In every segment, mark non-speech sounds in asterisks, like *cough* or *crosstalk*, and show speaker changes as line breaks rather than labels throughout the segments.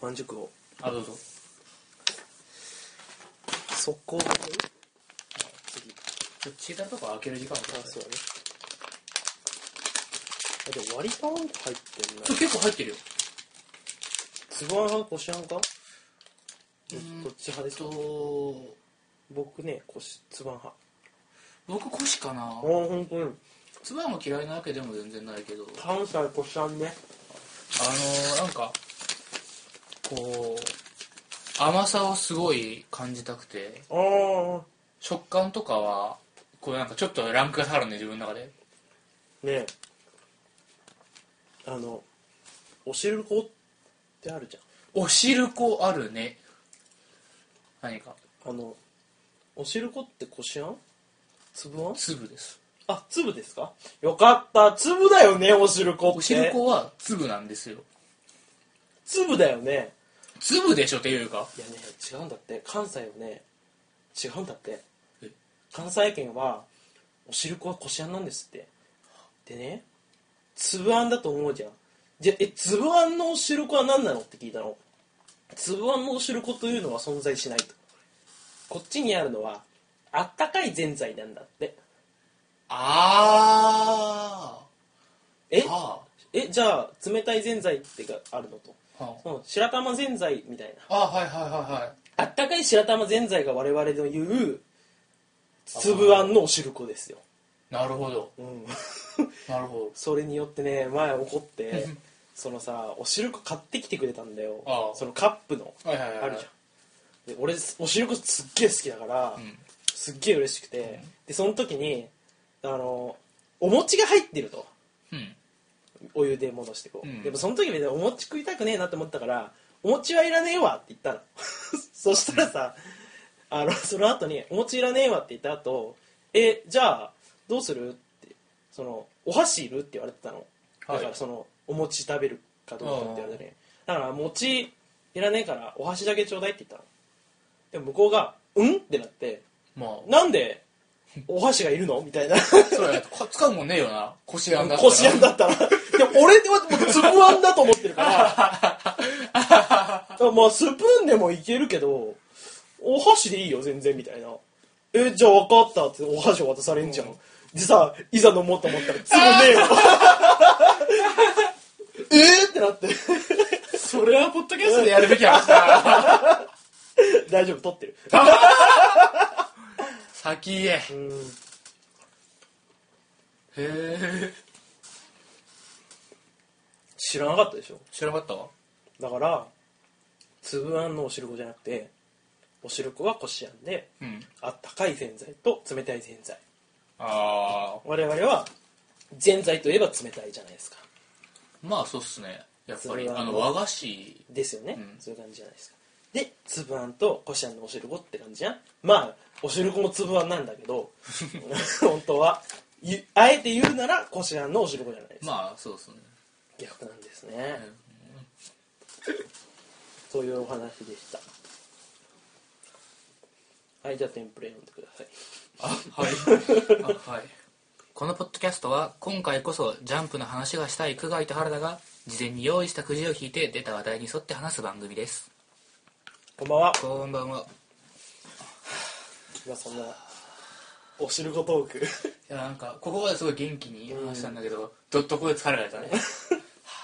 まんじゅくを
あどうぞ
速攻で次
ちょっとチーターとか開ける時間も
あそうだねあでも割りパン入ってんな
ちょ結構入ってるよ
つぶあん派こしあんかどどっち派で
えっ
すか
と
僕ねこしつぶあん派
僕腰かな
ああ本当に
つばも嫌いなわけでも全然ないけどあ
関西こしあんね
のー、なんかこう甘さをすごい感じたくて
ああ
食感とかはこうなんかちょっとランクが下がるね自分の中で
ねえあのおしるこってあるじ
おしるこあるね何か
ゃんあのおしるこってこしあんつぶあん
粒です
あ粒ですかよかった粒だよねおしるこって
おしるこは粒なんですよ
粒だよね
粒でしょっていうか
いやね違うんだって関西はね違うんだって
え
関西圏はおしるこはこしあんなんですってでね粒あんだと思うじゃんじゃえ粒あんのおしるこは何なのって聞いたの粒あんのおしるこというのは存在しないとこっちにあるのはあったかいぜんざいなんだって
あ
え
ーあ
えじゃあ冷たいぜんざいってがあるのと
ーは
その白玉ぜんざいみたいな
ああはいはいはいはい
あったかい白玉ぜんざいが我々の言う粒あんのおしるこですよ、
なるほど
うん、 *laughs*
なるほ
それによってね前怒ってそのさおしるこ買ってきてくれたんだよ
ああ
そのカップの
どはいはいはい
あるじゃんで俺おしるこすっげえ好きだから、
ん
すっげえ嬉しくて、でその時にあのお餅が入ってると
うん
お湯で戻してこう、
うん
でもその時にお餅食いたくねえなって思ったからお餅はいらねえわって言ったの *laughs* そしたらさあのその後に「お餅いらねえわ」って言った後えじゃあどうする?」ってその「お箸いる?」って言われてたの
はい
だからその、お餅食べるかどうかって言われてねだから「餅いらねえからお箸だけちょうだい」って言ったのでも向こうが「うん?」ってなって
まあ
「なんでお箸がいるの?」みたいな *laughs*
そうや、こ使うもんねえよな。腰あんだったら。
こしあんだ *laughs* ったら。でも俺はもうつぶあんだと思ってるから。 *laughs* まあスプーンでもいけるけど、お箸でいいよ全然みたいな。え、じゃあ分かったってお箸渡されんじゃん。でさ、いざ飲もうと思ったら、つぶね *laughs* えよ。えーってなって。
それはポッドキャストでやるべき話だ。
大丈夫、取ってる。
*laughs* 先言え。へ
うん。
え。
知らなかったでしょ。
知らなかったわ。
だから、つぶあんのおしるこじゃなくて、おしるこはこしあんで、
うん。
あったかいぜんざいと冷たいぜんざい。
あ
我々はぜんざいといえば冷たいじゃないですか
ー。まあ、そうっすね。やっぱり、
それは
あの、和菓子。
ですよね、
うん
そういう感じじゃないですかでつぶあんとこしあんのおしるこって感じじゃんまあおしるこもつぶあんなんだけ
*laughs*
ど本当はゆあえて言うならこしあんのおしるこじゃないですか、
まあ、そうっすね。
逆なんですね、そういうお話でしたはいじゃあテンプレ読んでください
あ、はい。 *laughs* あ、はい。このポッドキャストは今回こそジャンプの話がしたい久我井と原田が事前に用意したくじを引いて出た話題に沿って話す番組です
こんばんは
こんばんはい
やそんなおしるこトーク *laughs*
いやなんかここまですごい元気に話したんだけど、どっとこで疲れられたね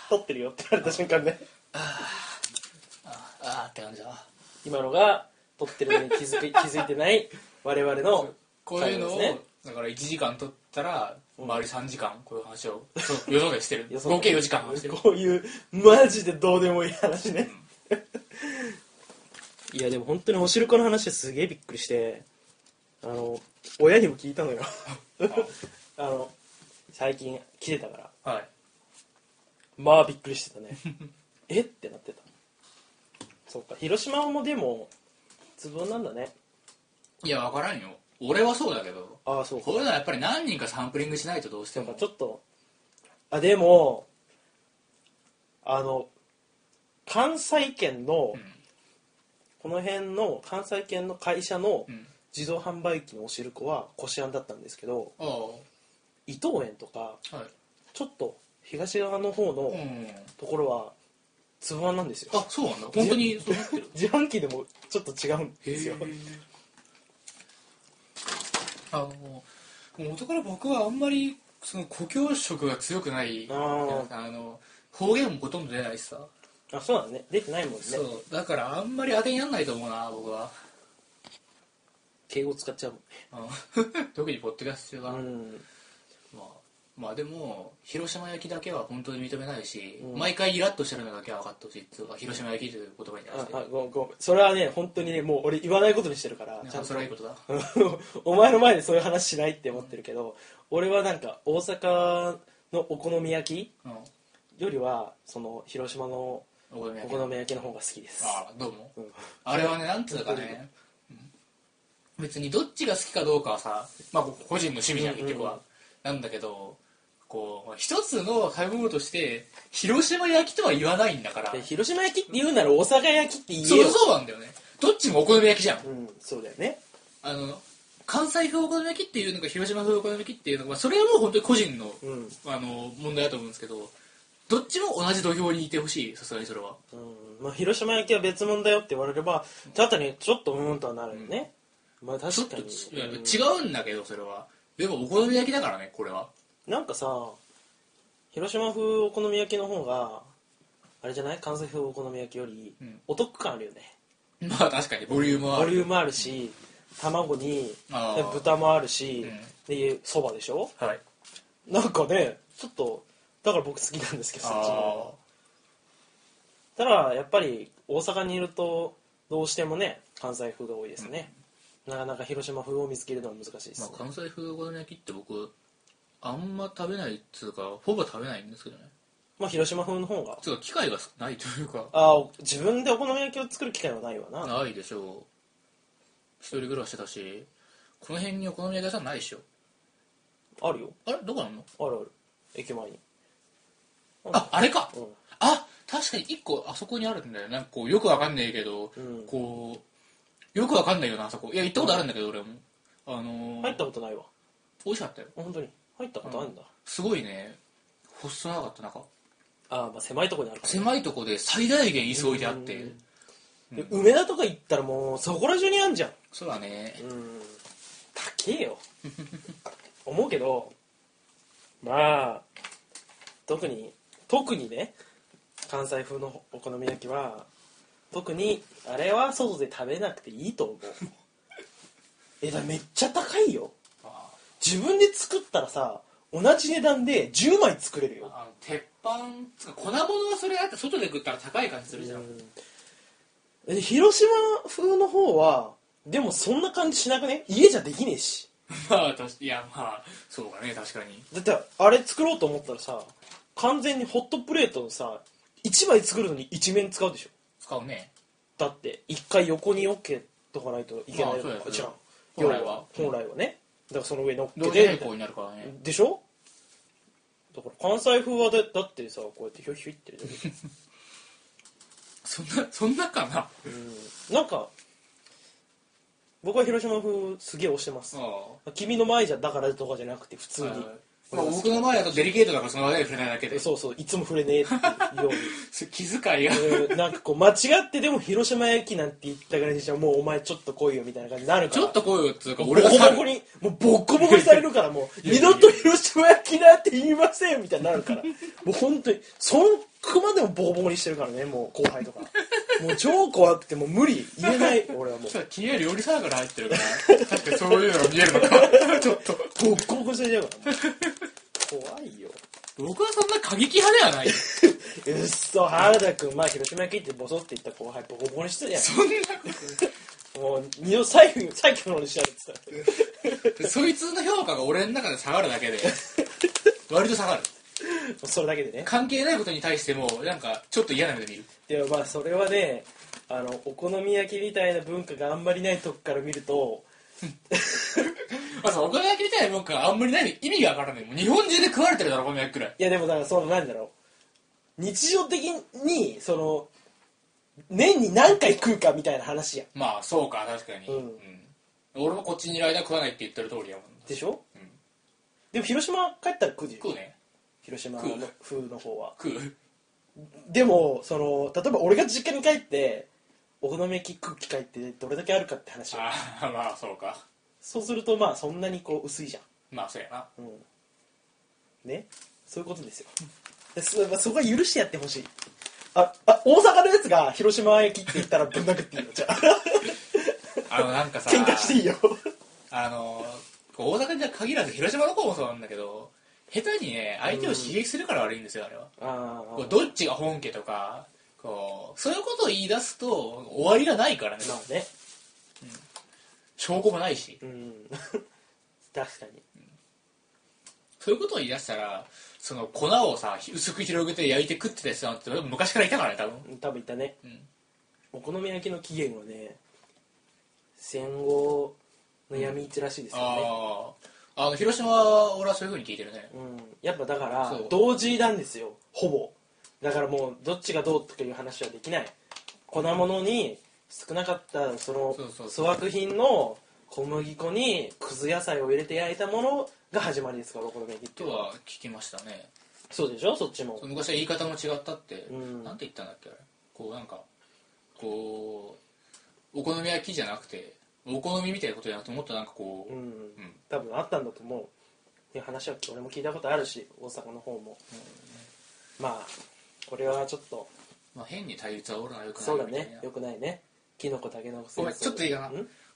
撮ってるよって言われた瞬間ね
*laughs* ああって感じだわ
今のが撮ってるのに気づき *laughs* 気づいてない我々の
こういうのを、
会話ですね
だから1時間撮ったら周り3時間こういう話をそう夜通しして *laughs* る合計4時間話してる
こういうマジでどうでもいい話ね *laughs* いやでも本当におしるこの話すげえびっくりしてあの親にも聞いたのよ *laughs* あの最近来てたから
はい
まあびっくりして
*laughs*
たねえってなってたそうか広島もでもつぶあんなんだね
いや分からんよ俺はそうだけど
ああそうか
こういうのはやっぱり何人かサンプリングしないとどうして
なんか
も
ちょっとあでもあの関西圏の、
うん
この辺の関西圏の会社の
うん
自動販売機のおしるこはこしあんだったんですけど
ああ
伊東園とか
はい
ちょっと東側の方の
うん
ところはつぶあんなんですよ
あそうなんだ本当にそうなってる
自販機でもちょっと違うん
へ
ですよ
えあのもう元から僕はあんまりその故郷色が強くない
あー
あの方言もほとんど出ないしさ、
あそうだね出てないもんね
そうだからあんまり当てにならないと思うな僕は
敬語使っちゃうもんね
うん *laughs* 特にポッドキャストは、
うん
まあ、まあでも広島焼きだけは本当に認めないし、
うん
毎回イラッとしてるのだけは分かってほしいっつうか広島焼きという言葉に対
あ
して
あごめんごめんそれはね本当にねもう俺言わないことにしてるから
なん
ちゃ
か
んと
それはいいことだ
*laughs* お前の前でそういう話しないって思ってるけど俺はなんか大阪のお好み焼
うん
きよりはその広島の
お好み
お
焼き
好み焼きの方が好きです
ああどうも
うん
あれはねなんつうかねうん別にどっちが好きかどうかはさ、まあ、個人の趣味じゃん
うんうん
結局は、なんだけどこう一つの食べ物として広島焼きとは言わないんだから
で広島焼きって言うなら大阪焼きって言
そ
え
う
よ
そうなんだよねどっちもお好み焼きじゃん
うんそうだよね
あの関西風お好み焼きっていうのか広島風お好み焼きっていうのか、まあ、それはもう本当に個人の,、
うんうん
あの問題だと思うんですけどどっちも同じ土俵にいてほしいさすがにそれは
まあ広島焼きは別物だよって言われればただにちょっとうーんとはなるよねまあ
ちょっ
確
と
かに
ちいや
うん
違うんだけどそれはでもお好み焼きだからねこれは
なんかさ広島風お好み焼きの方があれじゃない関西風お好み焼きより
うん
お得感あるよね、
*laughs* まあ確かにボリュームは
ボリュ
ム
ームあるし卵に
あ
で
ー
豚もあるし
うん
でそばでしょ
はい
なんかねちょっとだから僕好きなんですけどそっちの方
あ
がただやっぱり大阪にいるとどうしてもね関西風が多いですね、なかなか広島風を見つけるのは難しいで
ー、ますあ
ね、、
関西風お好み焼きって僕あんま食べないっつうかほぼ食べないんですけどね
まあ広島風の方が
つうか機会が少ないというか
あー自分でお好み焼きを作る機会はないわな
ないでしょう一人暮らしだしこの辺にお好み焼き屋さんないでしょ
あるよ
あれどこなの
あるある駅前に
ああれか
うん
あ確かに一個あそこにあるんだよなんかこうよくわかんないけど、
うん
こうよくわかんないよなあそこいや行ったことあるんだけど俺もあのー
入ったことないわ
美味しかったよ
本当に入ったことあるんだ、
すごいね細長かった中
あーまあ狭いとこにあるからね
狭いとこで最大限椅子置いてあって、
うんで梅田とか行ったらもうそこら中にあんじゃん
そうだね
うん高えよ *laughs* 思うけどまあ特に特にね関西風のお好み焼きは特にあれは外で食べなくていいと思うえだめっちゃ高いよ
あ
自分で作ったらさ同じ値段で10枚作れるよ
あの鉄板つうか粉物はそれだって外で食ったら高い感じするじゃん、
え広島風の方はでもそんな感じしなくね家じゃできねえし
*laughs* まあ確かいやまあそうかね確かに
だってあれ作ろうと思ったらさ完全にホットプレートのさ1枚作るのに1面使うでしょ
使うね
だって1回横に置けとかないといけない
まあそうだよ
じゃん
本来は
本来はねだからその上乗っけ
同時
て
並行になるからね *laughs*
でしょだから関西風はだだってさこうやってひょひょいってるだけ
*laughs*
で
そんなそんなかなあ
うんなんか僕は広島風すげえ推してます
あ
君の前じゃだからとかじゃなくて普通に、
まあ、僕の前だとデリケートだからその話題に触れないだけで
そうそういつも触れねえっていうように
*laughs* 気遣いが
うんなんかこう間違ってでも広島焼きなんて言ったぐらいにしたらもうお前ちょっと来いよみたいな感じになるか
ち
ら
ょっとこういうっつうか
ボ
俺が
コ
さ
ボコにもうボッコボコにされるからもう二度と広島焼きなんて言いませんみたいになるからもう本当にそんくまでもボコボコにしてるからねもう後輩とかもう超怖くてもう無理言えない俺はもう
そう気になる料理サークル入ってるから確かにそういうのが見えるのか *laughs* ちょっと
ボッコボコにされちゃうからもう怖いよ
僕はそんな過激派
*laughs*
ではないう
っそ原田君まあ広島焼きってボソって言った後輩ボコボコにしてるや
そん
んもう二度最後最後の方にしちゃうって言ってた
なそいつの評価が俺の中で下がるだけで割と下がる
もうそれだけでね
関係ないことに対してもなんかちょっと嫌な目で見る
でもまあそれはねあのお好み焼きみたいな文化があんまりないとこから見ると
まあさお米焼きみたいな文化があんまりない意味がわからないもう日本中で食われてるだろお米焼きくらい
いやでもだからそのなんだろう日常的にその年に何回食うかみたいな話やん
まあそうか確かに、
うん
俺もこっちにいる間食わないって言ってる通りやもん
でしょ、
うん
でも広島帰ったら食うでし
食
ょ
うね
広島
食う
の風の方は
食う
でもその例えば俺が実家に帰ってお好み焼き食う機会ってどれだけあるかって話を
ああまあそうか
そうするとまあそんなにこう薄いじゃん
まあそうやな
うんねそういうことですよでそそこは許してやってほしいああ大阪のやつが広島駅って言ったらぶん殴っていいよじゃあ
*laughs* あのなんかさ
喧嘩していいよ
あのこう大阪じゃ限らず広島の方もそうなんだけど下手にね相手を刺激するから悪いんですよあれは
あ
こうどっちが本家とかこうそういうことを言い出すと終わりがないからね
まあね
証拠もないし
うん確かに
そういうことを言い出したらその粉をさ薄く広げて焼いて食ってたやつなんて昔からいたからね多分
うん多分いたね、
うん
お好み焼きの起源はね戦後の闇市らしいですよね、
あああの広島は俺はそういうふうに聞いてるね
うんやっぱだから
そう
同時なんですよほぼだからもうどっちがどうとかいう話はできない粉物に少なかったその
そうそう
粗悪品の小麦粉にくず野菜を入れて焼いたものが始まりですからお好み焼きって
とは聞きましたね
そうでしょそっちも
そう昔は言い方も違ったって、
うん
なんて言ったんだっけあれこうなんかこうお好み焼きじゃなくてお好みみたいなことじゃなくてもっとなんかこう、
うん、
うん
多分あったんだと思うっていう話は俺も聞いたことあるし大阪の方も、まあこれはちょっと
まあ、変に対立は俺はよくない
そうだ
みたい
ね
な
よくないねキノコタケノコ
ごめんちょっといいか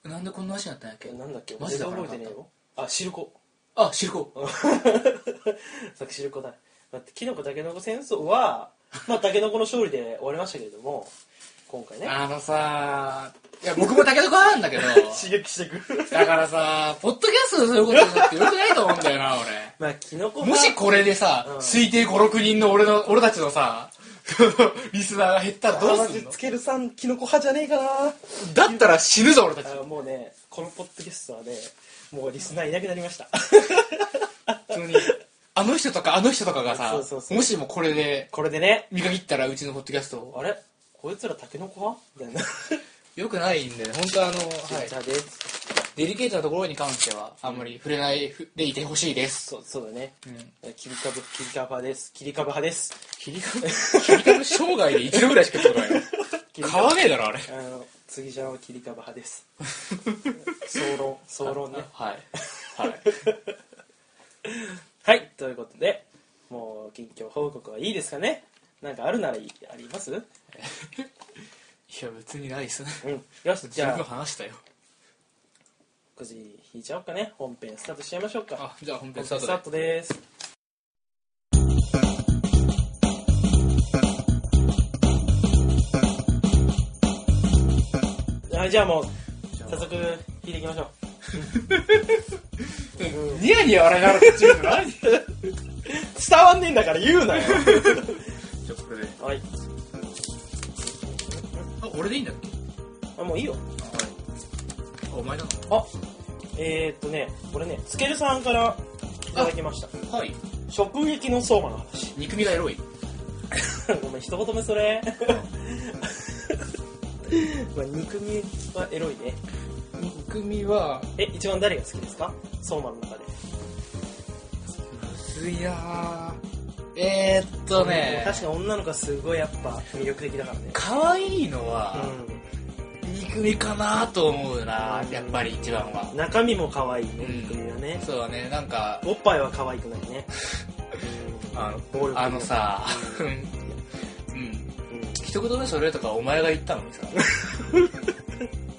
なんなんでこんな話になったんやっけ
なんだっけ
マジで
全然覚えてねえよあシルコ
あ知る子
*laughs* さっきシルコだだってキノコタケノコ戦争はまあタケノコの勝利で終わりましたけれども今回ね
あのさいや僕も竹の子派なん
*laughs*
だけど
刺激してくる
だからさポッドキャストですることになってよくないと思うんだよな俺
*laughs* まあキノコが
もしこれでさ、
うん
推定56人の俺の俺たちのさ *laughs* リスナーが減ったらどうすん
あ
の
マジつけるさんキノコ派じゃねえかな
だったら死ぬぞ俺たち
あもうねこのポッドキャストはねもうリスナーいなくなりました *laughs*
普通にあの人とかあの人とかがさ
そうそうそう
もしもこれで
これでね
見限ったらうちのポッドキャストを
あれこいつらタケノコ派
*laughs*
みたいな
よくないんでね本当あの、はい、
Twitter です
デリケートなところに関してはあんまり触れないふでいてほしいです、
そうそうだね
うん、
切り株切り株派です切り株派です
切り株切り株生涯で一度ぐらいしか食ったことないよ
切り
*laughs* 買わねえだろあれ
あの次じゃんは切り株派です総論総論ね
はい、はい、
はいということでもう近況報告はいいですかねなんかあるならいいありますう
いや別にないっすね
んよしじ
十分
ゃあ
話したよ
くじ引いちゃおうかね本編スタートしちゃいましょうか
あじゃあ本編
ス
ス
タ
タートで
ートですはいじゃあもう早速弾いていきましょ
ニヤニヤ笑いながらこっち見るの何じ
う伝わんねえんだから言うなよ
ゃあこれで
はい
あ俺でいいんだっけ
あもういいよ
あお前な
あえー、っとねこれねつけるさんからいただきました
のはい
食撃の相馬の話
憎みがエロい
ごめん一言目それ *laughs* まあ憎みはエロいね
憎みは
え一番誰が好きですか相馬の中で
むずいなぁえー、っとね
確かに女の子はすごいやっぱ魅力的だからね
可愛いのは、
う
憎みかなと思うなやっぱり一番は
ん中身も可愛いね
うん
肉みはね
そうだねなんか
おっぱいは可愛くない *laughs* ねうん
あ
暴力
のあのさ
う
うんん
うん
一言目それとかお前が言ったのにさ
*laughs*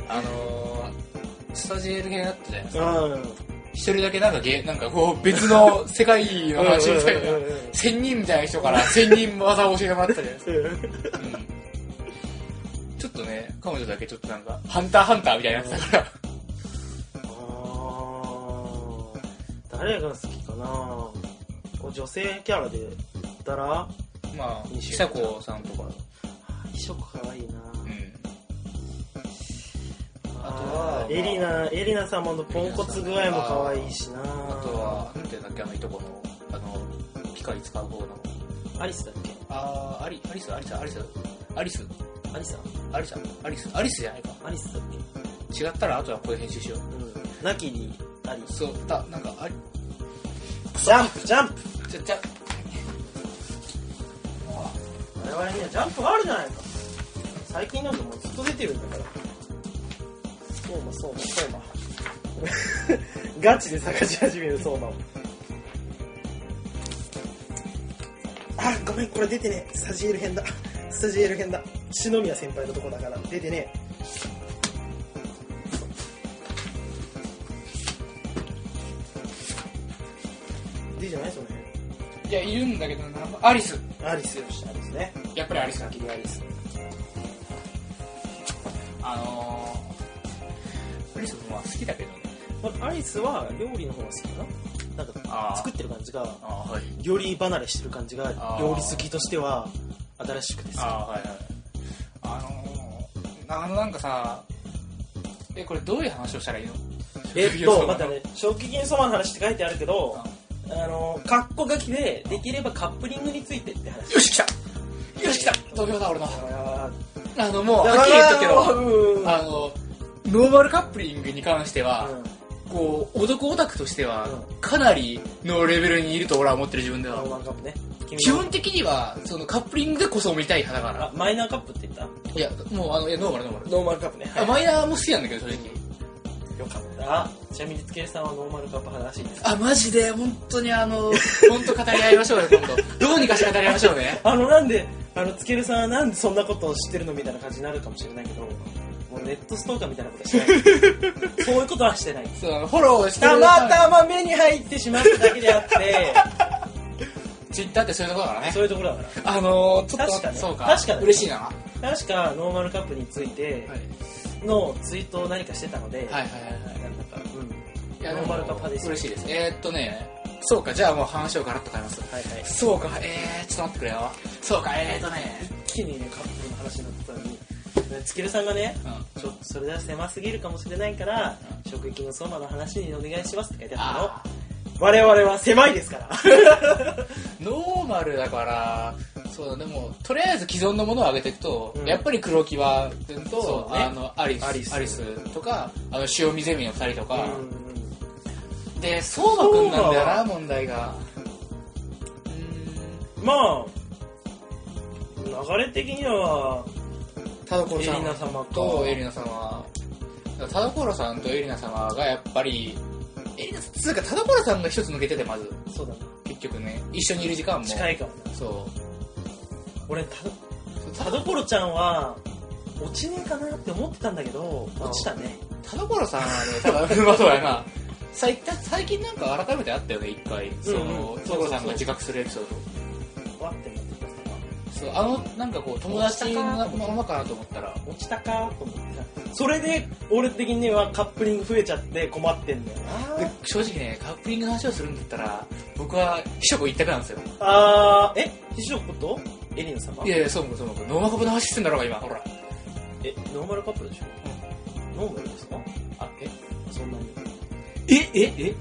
あのー、スタジエル系だったじゃないですか
うん
一人だけなんかゲなんかこう別の世界の話みたいな
うんうんうんうん
千人みたいな人から千人技を教えてもらったじゃないですかうんちょっとね、彼女だけちょっとなんか、ハンターハンターみたいになってたから、
*laughs* あー誰が好きかなこう女性キャラで言ったら
まあ、
西
久
岡
子さんとか、
衣装可愛いな
うん。
あと
は
エリナエリナ様のポンコツ具合も可愛いしな
あとは、なんていうんだっけ、あの、いとこの、あの、機械使う方の、
アリスだっけ
あー、アリ、アリス、アリス、アリス、アリス、
アリサ
アリス、アリス、アリスじゃないか。
アリスだっけ
違ったら、あとはこれ編集しよう。
うんなきにアリス
そう、だ、なんか、あり、
ジャンプジャンプ
ちゃ、ちゃ、あ
我々にはジャンプがあるじゃないか最近なんかもうずっと出てるんだからそうまそうまそうま *laughs* ガチで探し始めるそうまをあごめんこれ出てねえスタジエル編だスタジエル編だ篠宮先輩のとこだから出てねえでじゃないその辺
いや、いるんだけどな、アリス。
アリスでしたですね。
やっぱりアリスだ、キリアリス。あのー、アリスもまあ好きだけどね。
アリスは料理の方が好きかななんか
あー
作ってる感じが、
あはい。
料理離れしてる感じが
あ、ー
料理好きとしては新しくてさ。
あはいはい。あのー、あのなんかさ、え、これどういう話をしたらいいの
えっと、また
ね。
ね、正気銀そばの話って書いてあるけど
あ、
あの、カッコ書きで、できればカップリングについてって話。
よし、来たよし、来た投票だ、俺の。
あ
あの、もう、
ー
はっきり言っとくけ
あ
ど、
ーうん
あの、ノーマルカップリングに関しては、
うん
こう、男オタクとしては
う、
かなりのレベルにいると俺は思ってる自分で
あ
は
の。ワンカップね。君
基本的には、そのカップリングでこそ見たい派だ
あ
か、
マイナーカップって言った
ら。いや、もう、あの、いや、ノーマルノーマル。
ノーマルカップね。
あマイナーも好きなんだけど、正直。
よかった。ちなみに、つけるさんはノーマルカップ派らしいです。
あ、マジで、本当にあの、 *laughs* 本当語り合いましょうよ、今度。どうにかして語り合いましょうね。
あのなんであのつけるさんはなんでそんなことを知ってるのみたいな感じになるかもしれないけどもうネットストーカーみたいなことは *laughs* してないそういうことはしてない
そう、あのフォローして
たまたま目に入ってしまっただけであって
ツイッターってそういうところだからね
そ。ういうところだか
あのー、ちょっと、
確かね
そうか。
確かね
嬉しいな。は
ら確かノーマルカップについて
い。はい
のツイートを何かしてたので、
はいはいは
なんかうん
い。いや、で
ノーマルカッパ
も、
です
嬉しいです。えー、っとね、そうか、じゃあもう話をガラッと変えます。
はいはい
そうか、えー、ちょっと待ってくれよ。そうか、えーっとね、
一気にねカップルの話になってたのにつけるさんがね
うん。
ちょっとそれでは狭すぎるかもしれないから職域の相馬の話にお願いしますって書いてあったの
あ
我々は狭いです
*laughs*
から
ーノーマルだから、そうだ、でも、とりあえず既存のものを上げていくと、
うん
やっぱり黒木は君と
そ、うね
あの、アリス、
ア
ア
リ
リ
ス
スとか、あの、塩見ゼミの二人とか、
うん
で、相馬くんなんだよ
相馬
な、問題が。うー
まあ流れ的には
ん、田所
エ
さ
リナ
ん
様と
とエリナ様。だから田所さんとエリナ様がやっぱり、エリナ、つうか田所さんが一つ抜けてて、まず、
そうだね
結局ね、一緒にいる時間も。
近いかもな
そう。
俺た田
田
所ちゃんは落ちねえかなって思ってたんだけど落ちたね
田所さんはね、ただ、まあそうやな。最最近なんか改めてあったよね、一回。その、田所さんが自覚するエピソード。
わってなってたから
そう、あの、なんかこう、友達のままかなと思ったら、
落ちたかと思ってたそれで俺的にはカップリング増えちゃって困ってんだよ
で正直ね、カップリングの話をするんだったら、僕は、秘書子一択なんですよ。
なあーえ秘書ことエリナ様
いやいや、そうもそうも、ノーマカブの話してんだろうが、今、ほら。
えノーマルカップルでしょ、ノーマルですか
あ、え
そんなに
えええ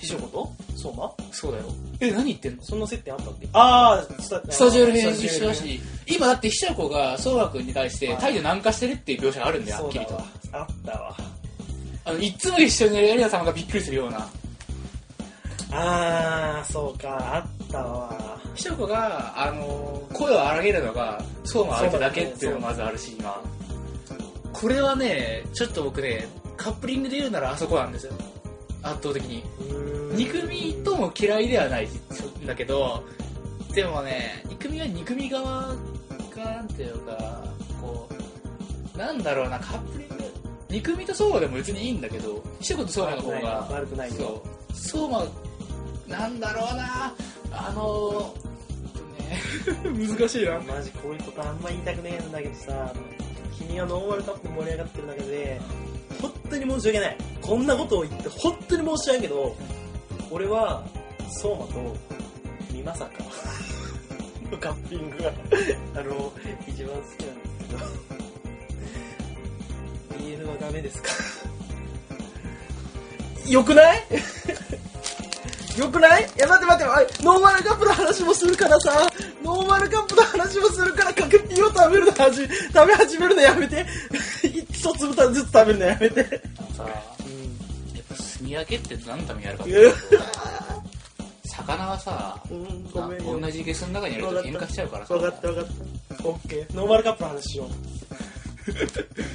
秘書こと相馬
そうだよ。え、何言ってんの
そんな接点あったっけああ
スタジオの編
スタ
一
ジ
緒
オ
だ
編
し、今だって秘書子が、ソー君に対して、態度軟化してるっていう描写があるんだよ、は
そ
っ
う
き
だ
りと
わ。あったわ
あの、いつも一緒にいるエリナ様がびっくりするような。
ああそうかあったわ
ひとこが、あのー声を荒げるのが、そうも相手だけっていうのがまずあるし、今。これはね、ちょっと僕ね、カップリングで言うならあそこなんですよ。圧倒的に。
うーん
二組とも嫌いではないんだけど、でもね、二組は二組側が、なんていうか、こう、なんだろうな、カップリング、二組と相馬でも別にいいんだけど、ひとこと相馬の方が、
悪くないよ
そう相馬なんだろうなあのね *laughs* 難しいな
マジこういうことあんま言いたくねえんだけどさ君はノーマルカップで盛り上がってる中で本当に申し訳ないこんなことを言って本当に申し訳ないけど俺は相馬と美まさかのカッピングがあの一番好きなんですけど BL はダメですか
よくない
よくないいや、待って待って、あノーマルカップの話もするからさ、ノーマルカップの話もするから、角ピーを食べるのはじ、食べ始めるのやめて。一粒ずつ食べるのやめて。
あのさやっぱ炭焼けって何のためにやるかって
う
い
わ
うと魚はさ
うん、ごめんよ。
同じゲスの中にいると
わかった
喧嘩しちゃうからさ
わかったわかった。オッケーノーマルカップの話しよう一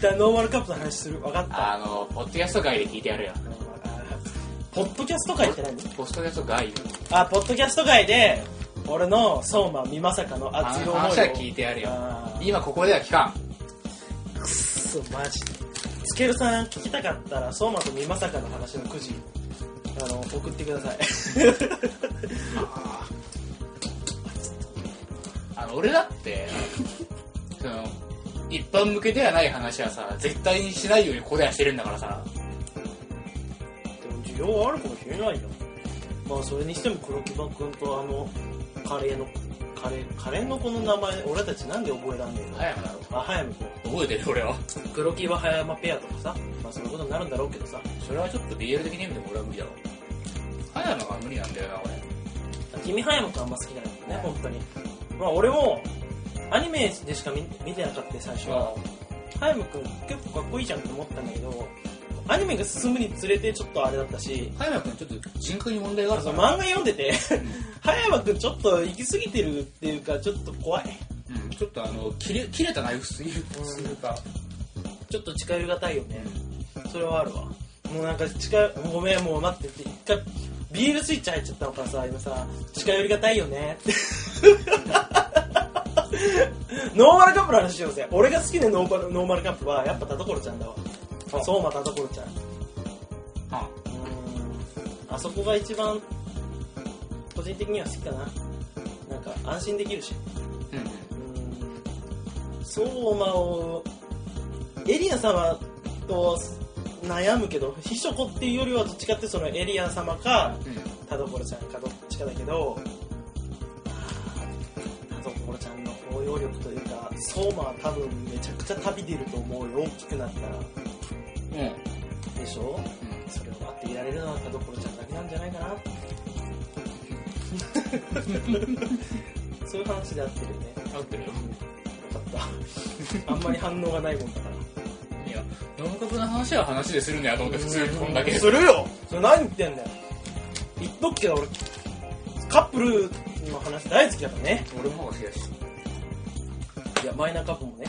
旦ノーマルカップの話する分かった
あの、ポッドキャスト外で聞いてやるよ。
ポッドキャスト界って何
ポッドキャスト外
あポッドキャスト界で俺の相馬美まさかの熱い
あの
思いを
話は聞いてやるよ。
あー
今ここでは聞かん。
くっそマジでつけるさん聞きたかったら相馬と美まさかの話のくじあの送ってください
あの、俺だって、その、一般向けではない話はさ、絶対にしないようにここではしてるんだからさ。
でも需要はあるかもしれないよまあそれにしても黒木場君とあのカレーのカレーカレーの子の名前俺たちなんで覚えらんねえの
早くだろ。
あ早見君
覚えてる俺は。
黒木場早山ペアとかさまあそういうことになるんだろうけどさ
それはちょっと BL 的に見ても俺は無理だろ。早山が無理なんだよな、俺。
君葉山君あんま好きじゃないもんね本当にまあ俺もアニメでしか見見てなかった最初は葉山君結構かっこいいじゃんって思ったんだけどアニメが進むにつれてちょっとあれだったし
早山くんちょっと人格に問題があ
あ
るか
の
ら。
漫画読んで *laughs* て葉山君ちょっと行き過ぎてるっていうかちょっと怖い
うん、ちょっとあの、切れ、切れたナイフすぎる。
うん
すぎるか。
ちょっと近寄りがたいよねそれはあるわもうなんか近いごめんもう待ってって一回ビールスイッチ入っちゃったのからさ今さ近寄りがたいよ *laughs* ねってノーマルカップの話しようぜ俺が好きなノーマルノーマルカップはやっぱ田所ちゃんだわ
あ
相馬田所ちゃんう
あ
ーんあそこが一番個人的には好きかななんか安心できるし
うんうん。
うん相馬をエリア様と悩むけど秘書子っていうよりはどっちかってそのエリア様か
うん。
田所ちゃんかどっちかだけどあー田所ちゃんの包容力というか相馬は多分めちゃくちゃ旅出ると思うよ大きくなったら
うん。
でしょそれを待っていられるのは田所ちゃんだけなんじゃないかなそういう話で合ってるよね
うん。合ってるよ。
よかった。あんまり反応がないもんだから。
いや、ノンカブの話は話でするんやと思って、普通にこんだけ。
するよそれ何言ってんだよ。言っとくけど俺、カップルの話大好きだからね。
俺の方が好きだし。
いや、マイナーカップもね。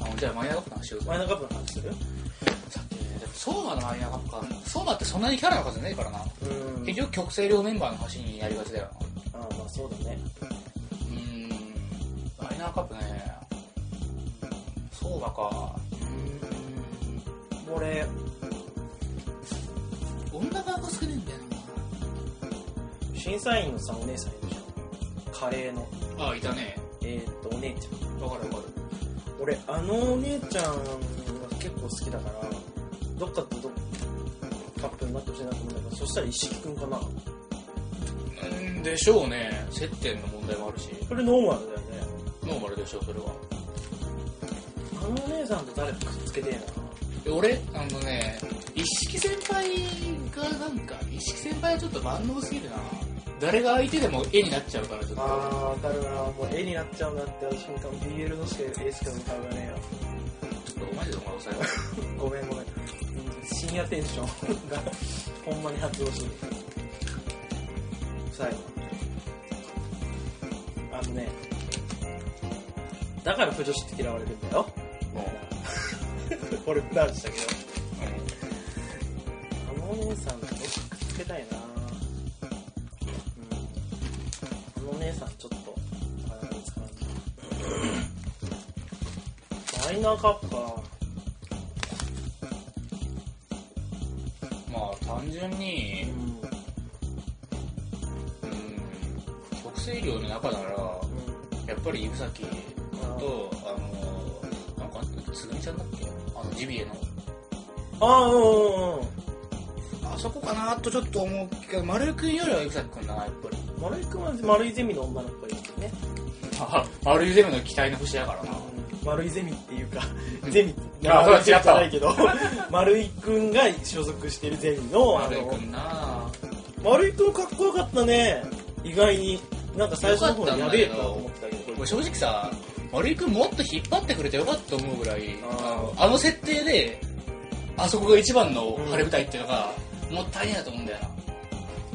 あ、じゃあマイナーカップの話しようぜ
マ。イナーカップの話する
さっきね、でも相馬のマイナーカップか。相馬ってそんなにキャラの数ねえからな。
うん。
結局、極性量メンバーの話になりがちだよな。
ああ、まあそうだね。
うーん、マイナーカップね。相馬か。
俺、
うーん、女側が少ねえんだよ
審査員のさ、お姉さんいるじゃん。カレーの、
な。あ、いたね。
えー、っと、お姉ちゃん。
わかるわかる。
俺、あのお姉ちゃんが結構好きだから、どっかとどっかカップルになってほしいなと思うんだけど、そしたら石木くんかな。
うん、でしょうね。接点の問題もあるし。
これノーマルだよね。
ノーマルでしょ、それは。
あのお姉さんと誰かくっつけてえな
で俺、あのね、一色先輩がなんか、一色先輩はちょっと万能すぎるな。誰が相手でも絵になっちゃうから、ちょっと。
あー分かるなもう絵になっちゃうなって瞬間 BL のしか絵しか浮かばね
ちょっとマジでお前抑えろ。
えよごめんごめん深夜テンションがほんまに発動する最後あのねだから不女子って嫌われるんだよ俺プランしたけどあのお姉さんとくっつけたいなうん。あのお姉さんちょっと、あれなんですかね。マイナーカップか。
まあ、単純
う
に、
ん。
うん、特性量の中なら、やっぱり指先と、あの、なんか、つぐみちゃんだっけあの、ジビエの。
ああ、うんうんう
あそこかなとちょっと思うけど、丸井くんよりは指先くんだな、やっぱり。
ん。丸井くんは丸いゼミの女の子がいいですね。
*laughs* あ丸井ゼミの期待の星だからな。
丸いゼミっていうか、ゼミって。
あそれは違った
じゃないけど、丸井くんが所属してるゼミの、あ
丸井く
の、
んな
丸井くんかっこよかったね。意外に。なんか最初の方やべえと思ってたけど。
俺正直さ、丸井くんもっと引っ張ってくれてよかったと思うぐらい、
あ
あ
ー
のあの設定で、あそこが一番の晴れ舞台っていうのが、もったいないなと思うんだよな。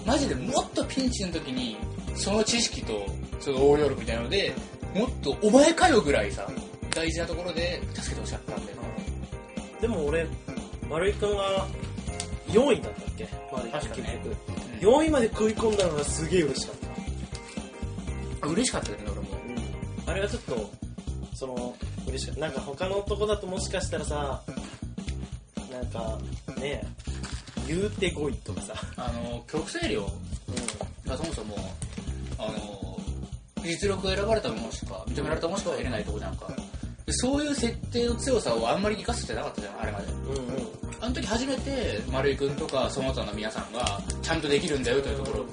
マジでもっとピンチの時に、その知識と、その応用力みたいなので、もっとお前かよぐらいさ、大事なところで助けてほしかったんだよね。
でも俺丸井君は4位だったっけ丸井君
確かね
結局
よ
4位まで食い込んだのがすげえ嬉しかった、
嬉しかったけどね、俺も。
あれはちょっとその嬉しかったなんか他の男だともしかしたらさなんかね言うて5位とかさ、
あの、曲整理をがそもそも、あの、実力を選ばれたものしか、認められたものしか得れないとこじゃんか。でそういう設定の強さをあんまり生かせてなかったじゃん、あれまで。
うんうん
あの時初めて、丸井くんとか、その他の皆さんが、ちゃんとできるんだよというところを、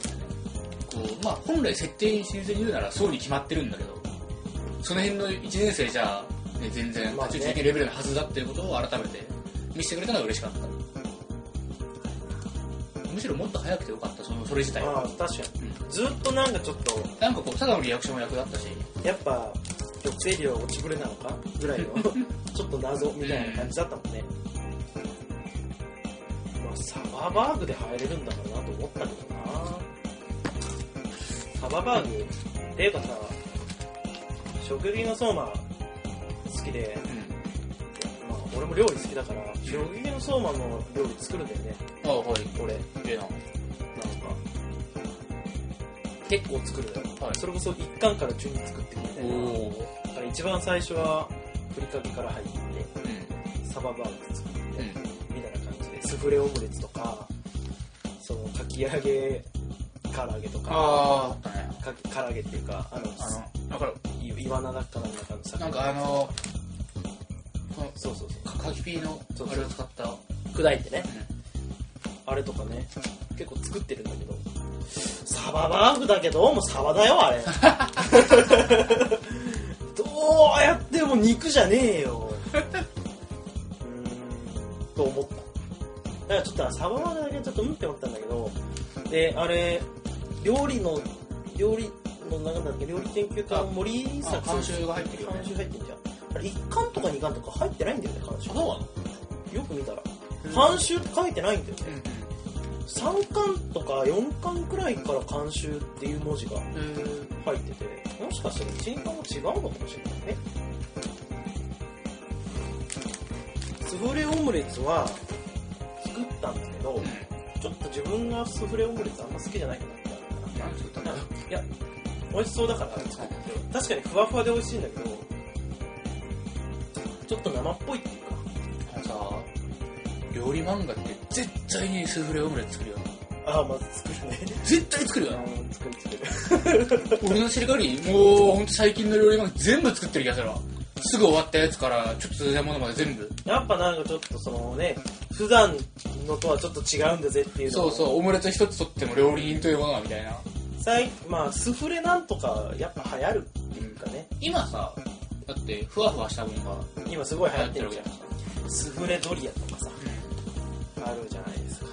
こう、まあ、本来設定に真摯に言うなら、そうに決まってるんだけど、その辺の1年生じゃ、ね、全然、
まあ
立
ね
ち打ちできるレベルのはずだっていうことを改めて見せてくれたのは嬉しかった。むしろもっと早くてよかった、その、それ自体
ま
は。
あ確か
うん
にずっとなんかちょっと
なんかこう、ただのリアクションも役立ったし、
やっぱ玉整理は落ちぶれなのかぐ
*laughs*
らいのちょっと謎みたいな感じだったもんね、まあ、サババーグで入れるんだろうなと思ったけどなサババーグっていうかさ食事の相馬好きで、
うん。
まあ、俺も料理好きだから食事の相馬の料理作るんだよね
ああ、はい。
俺なんか
ええな。は
結構作るだよ
い。
それこそ一貫から順に作っていくみたいな
おー。
だから一番最初はふりかけから入って
う
サババーグ作って
ん。うん。
みたいな感じでスフレオムレツとかそのかき揚げ唐揚げとか
ああ、あったね。
かき唐揚げっていうかあの
あの、わかる。
いイワナだっかなんだかのさ
なんかあの、この
そうそう
かかきピーの
そうそう
あれを使った、
そう砕いてねあれとかね結構作ってるんだけどサババーグだけどもうサバだよあ
*laughs*
れどうやっても肉じゃねえようーんと思っただからちょっとサババーグだけちょっとうんって思ったんだけどであれ料理の料理のなんだっけ料理研究家の森
あ
作
監修が入ってるよね
監修入ってんじゃんあれ1巻とか2巻とか入ってないんだよね監修
あ、そうなの
よく見たら
うん
監修って書いてないんだよね
う
3巻とか4巻くらいから監修っていう文字が
んうん。うん。
入っててもしかしたら1、2巻も違うのかもしれないねスフレオムレツは作ったんだけどちょっと自分がスフレオムレツあんま好きじゃないかなってある
何作ったんだろう。
からいや美味しそうだから作って確かにふわふわで美味しいんだけどちょっと生っぽいっていうか
あのさ、料理漫画って絶対にスフレオムレツ作るよな。
ああまず作るね
絶対作るよ
*laughs*
な。
うん作る作る
俺の知り限り、もうほんと最近の料理漫画全部作ってる気がするわ。すぐ終わったやつから、ちょっと続いたものまで全部。
やっぱなんかちょっとそのね、普段のとはちょっと違うんだぜっていうの
そ
を
うそう、オムレツ一つ取っても料理人というものはみたいな。
最まあ、スフレなんとかやっぱ流行るっていうかね、
今さ、だって、ふわふわしたもの
今すごい
が
流行
流行
っ
ってて
るじゃ
るわけじゃないですか。
ん。スフレドリアとかさ、あるじゃないですか。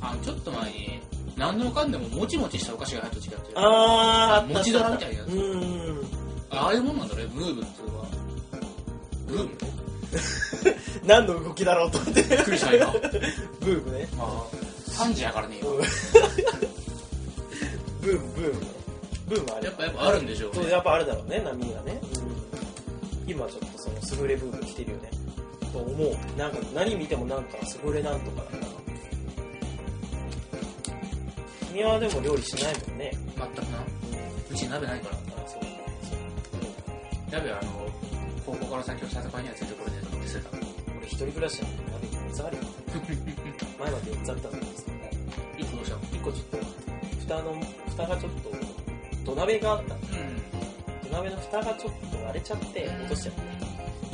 あの、ちょっと前に、何でもかんでももちもちしたお菓子が流行った時期だったよ。
あー、あった。
餅皿みたいなやつ
うーん。
あああいうもんなんだね、ブームっていうのは。ブーム
何の動きだろうと思って。
びっくりした今。
*laughs* ブームね。
あ3時やからね、今。
うんブーム、ブームね。ブームあれ
やっぱ、やっぱあるんでしょう
そう
ね。
やっぱあれだろうね波がね、今ちょっとそのスフレブーム来てるよねと思うなんか何見てもなんかスフレなんとかだな君はでも料理しないもんね、
全くな。うち鍋ないから。
あそううん
鍋はあの、高校から先をささかにやついてこれでと思って捨てた。
俺一人暮らしなのに鍋4つあるよ前まで4つあったんだけどさ
一個どうしたの
1個ちょっと蓋の蓋がちょっと土鍋があったの
うん。
土鍋の蓋がちょっと割れちゃって落としちゃって、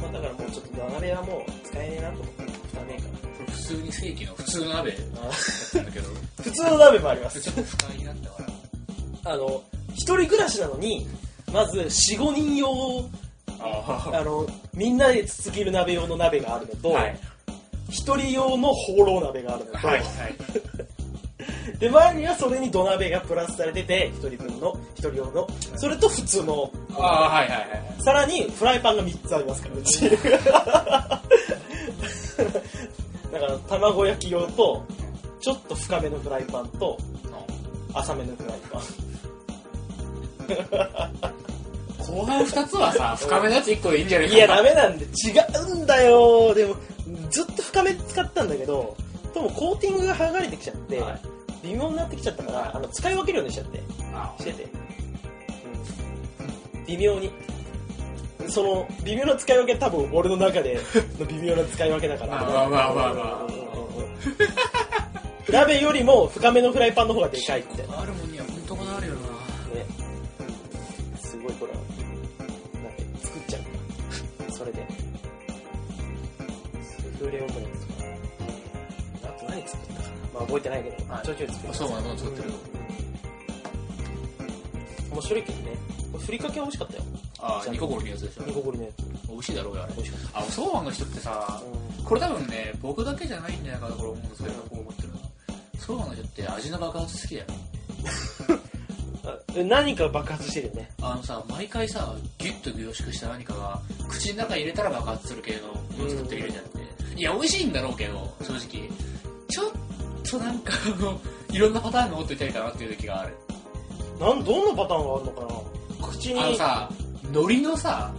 まあ、だからもうちょっと土鍋はもう使えねえなと思ったら蓋ねえから
これ普通に正規の普通の鍋だ
あ
ったんだけど、
普通の鍋もありま
ち
す
ょっと不快になったから。
あの一人暮らしなのにまず45人用
あ
あのみんなでつつける鍋用の鍋があるのと、
はい。
一人用のほうろう鍋があるのと、
はい。はい。
で前にはそれに土鍋がプラスされてて一人分の一人用のそれと普通の
ああ、はいはいはい。
さらにフライパンが3つありますからうち *laughs* だから卵焼き用とちょっと深めのフライパンと
うん
浅めのフライパン
こ後半2つはさ、深めのやつ1個でいいんじゃないか
いやダメなんで違うんだよでもずっと深め使ったんだけどでもコーティングが剥がれてきちゃって、
はい
微妙になってきちゃったからあの使い分けるようにしちゃって
あ
してて、微妙にその微妙な使い分け多分俺の中で
*laughs*
の微妙な使い分けだから
まあまあまあまあまあ
うんうんうんうん *laughs* 鍋よりも深めのフライパンの方がでかいってね
あるもんには本当こだわるよな。
すごいこれはなんか作っちゃう *laughs* それで風量くらい作るあと何作ったかなまあ覚えてないけど、
はい
ちょいちょい作る
そうなの作ってるの。
面白いけどねこれふりかけは美味しかったよ
ああ、ニコゴルのやつでしょ。
煮こごりのやつ
美味しいだろうよ、あれ
美。味しかっ
あ、ソーマンの人ってさ
た、うん
これ多分ね、僕だけじゃないんじゃないかな、これ思うんですけど、こう思ってるのは。ソーマンの人って味の爆発好きだよ。
あ何か爆発してるよね
あのさ、毎回さ、ギュッと凝縮した何かが、口の中に入れたら爆発する系のもの作ってみるじゃなくて。いや、美味しいんだろうけど、正直。ちょっとなんか、あの、いろんなパターンが持っていたいかなっていう時がある。
なんどんなパターンがあるのかな口に
あのさ、海苔のさ、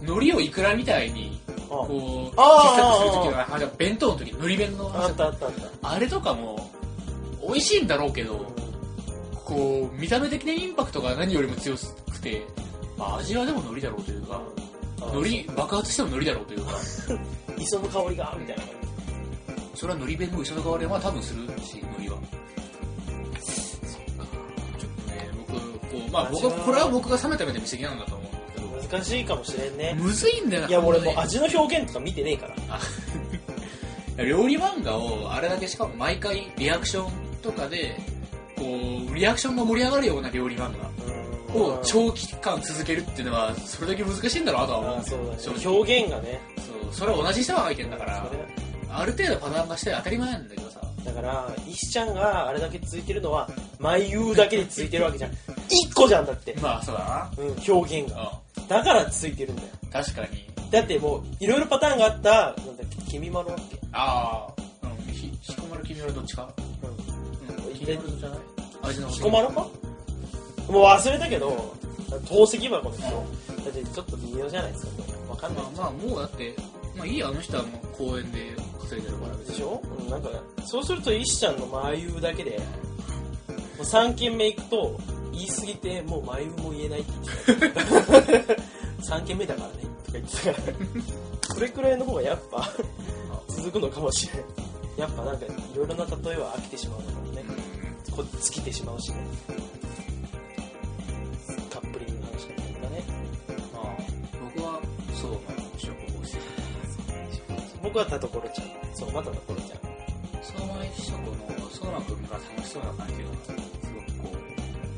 うん
海苔をいくらみたいに、
あ
こう、
あ
小さくする時の
あ
話、弁当の時、海苔弁の
あ
話
った
だ
あ
っ
ったあった
た。あれとかも、美味しいんだろうけど、こう、見た目的なインパクトが何よりも強くて、まあ、味はでも海苔だろうというか、海苔、爆発しても海苔だろうというか、
磯の香りがみたいな感
それは海苔弁も一緒の代わりはまあ多分するし、海苔は。ちょっとね、僕、こう、まあ僕は、これは僕が冷めた目で見過ぎなんだと思うんだけ
じ難しいかもしれんね
ど、むずいんだよな、
いや俺
本当
も
に
う味の表現とか見てねえから
料理漫画をあれだけしかも毎回リアクションとかでこうリアクションが盛り上がるような料理漫画を長期間続けるっていうのはそれだけ難しいんだろうなとは思うん
あ
ですよ
そうだ
正
ね
直
表現がね
そうそれは同じ人が書いてんだから
それ
ある程度パターン化して当たり前なんだけどさ
だから石ちゃんがあれだけ続いてるのは眉優だけで続いてるわけじゃん一個じゃんだって、
まあそうだ
うん、表現が
な
だから続いてるんだよ
うん確かに
だってもういろいろパターンがあったなんだっけ君まろだっけ
ああうんひ彦丸君丸どっちかうん
一体
君丸じゃない味の
彦摩呂かもう忘れたけど透析箱でしょだってちょっと微妙じゃないですかこれわかんない
まあまあもうだってまあいいやあの人はもう公園で稼いでるから別
で
に
しょ、うん、なんかそうすると石ちゃんの眉優だけでもう3軒目行くと言い過ぎてもう眉優も言えないって言ってた3軒目だからねとか言ってたからそれくらいの方がやっぱ続くのかもしれないやっぱなんかいろいろな例えは飽きてしまうのかもね、
うん
こう尽きてしまうしねカップリングの話だね
まあ、僕は、そう、まあ、一応ここして
僕は田所ちゃんそうまた所ちゃん
その前一緒この、そのまくんが楽しそうな感じが、すごくこ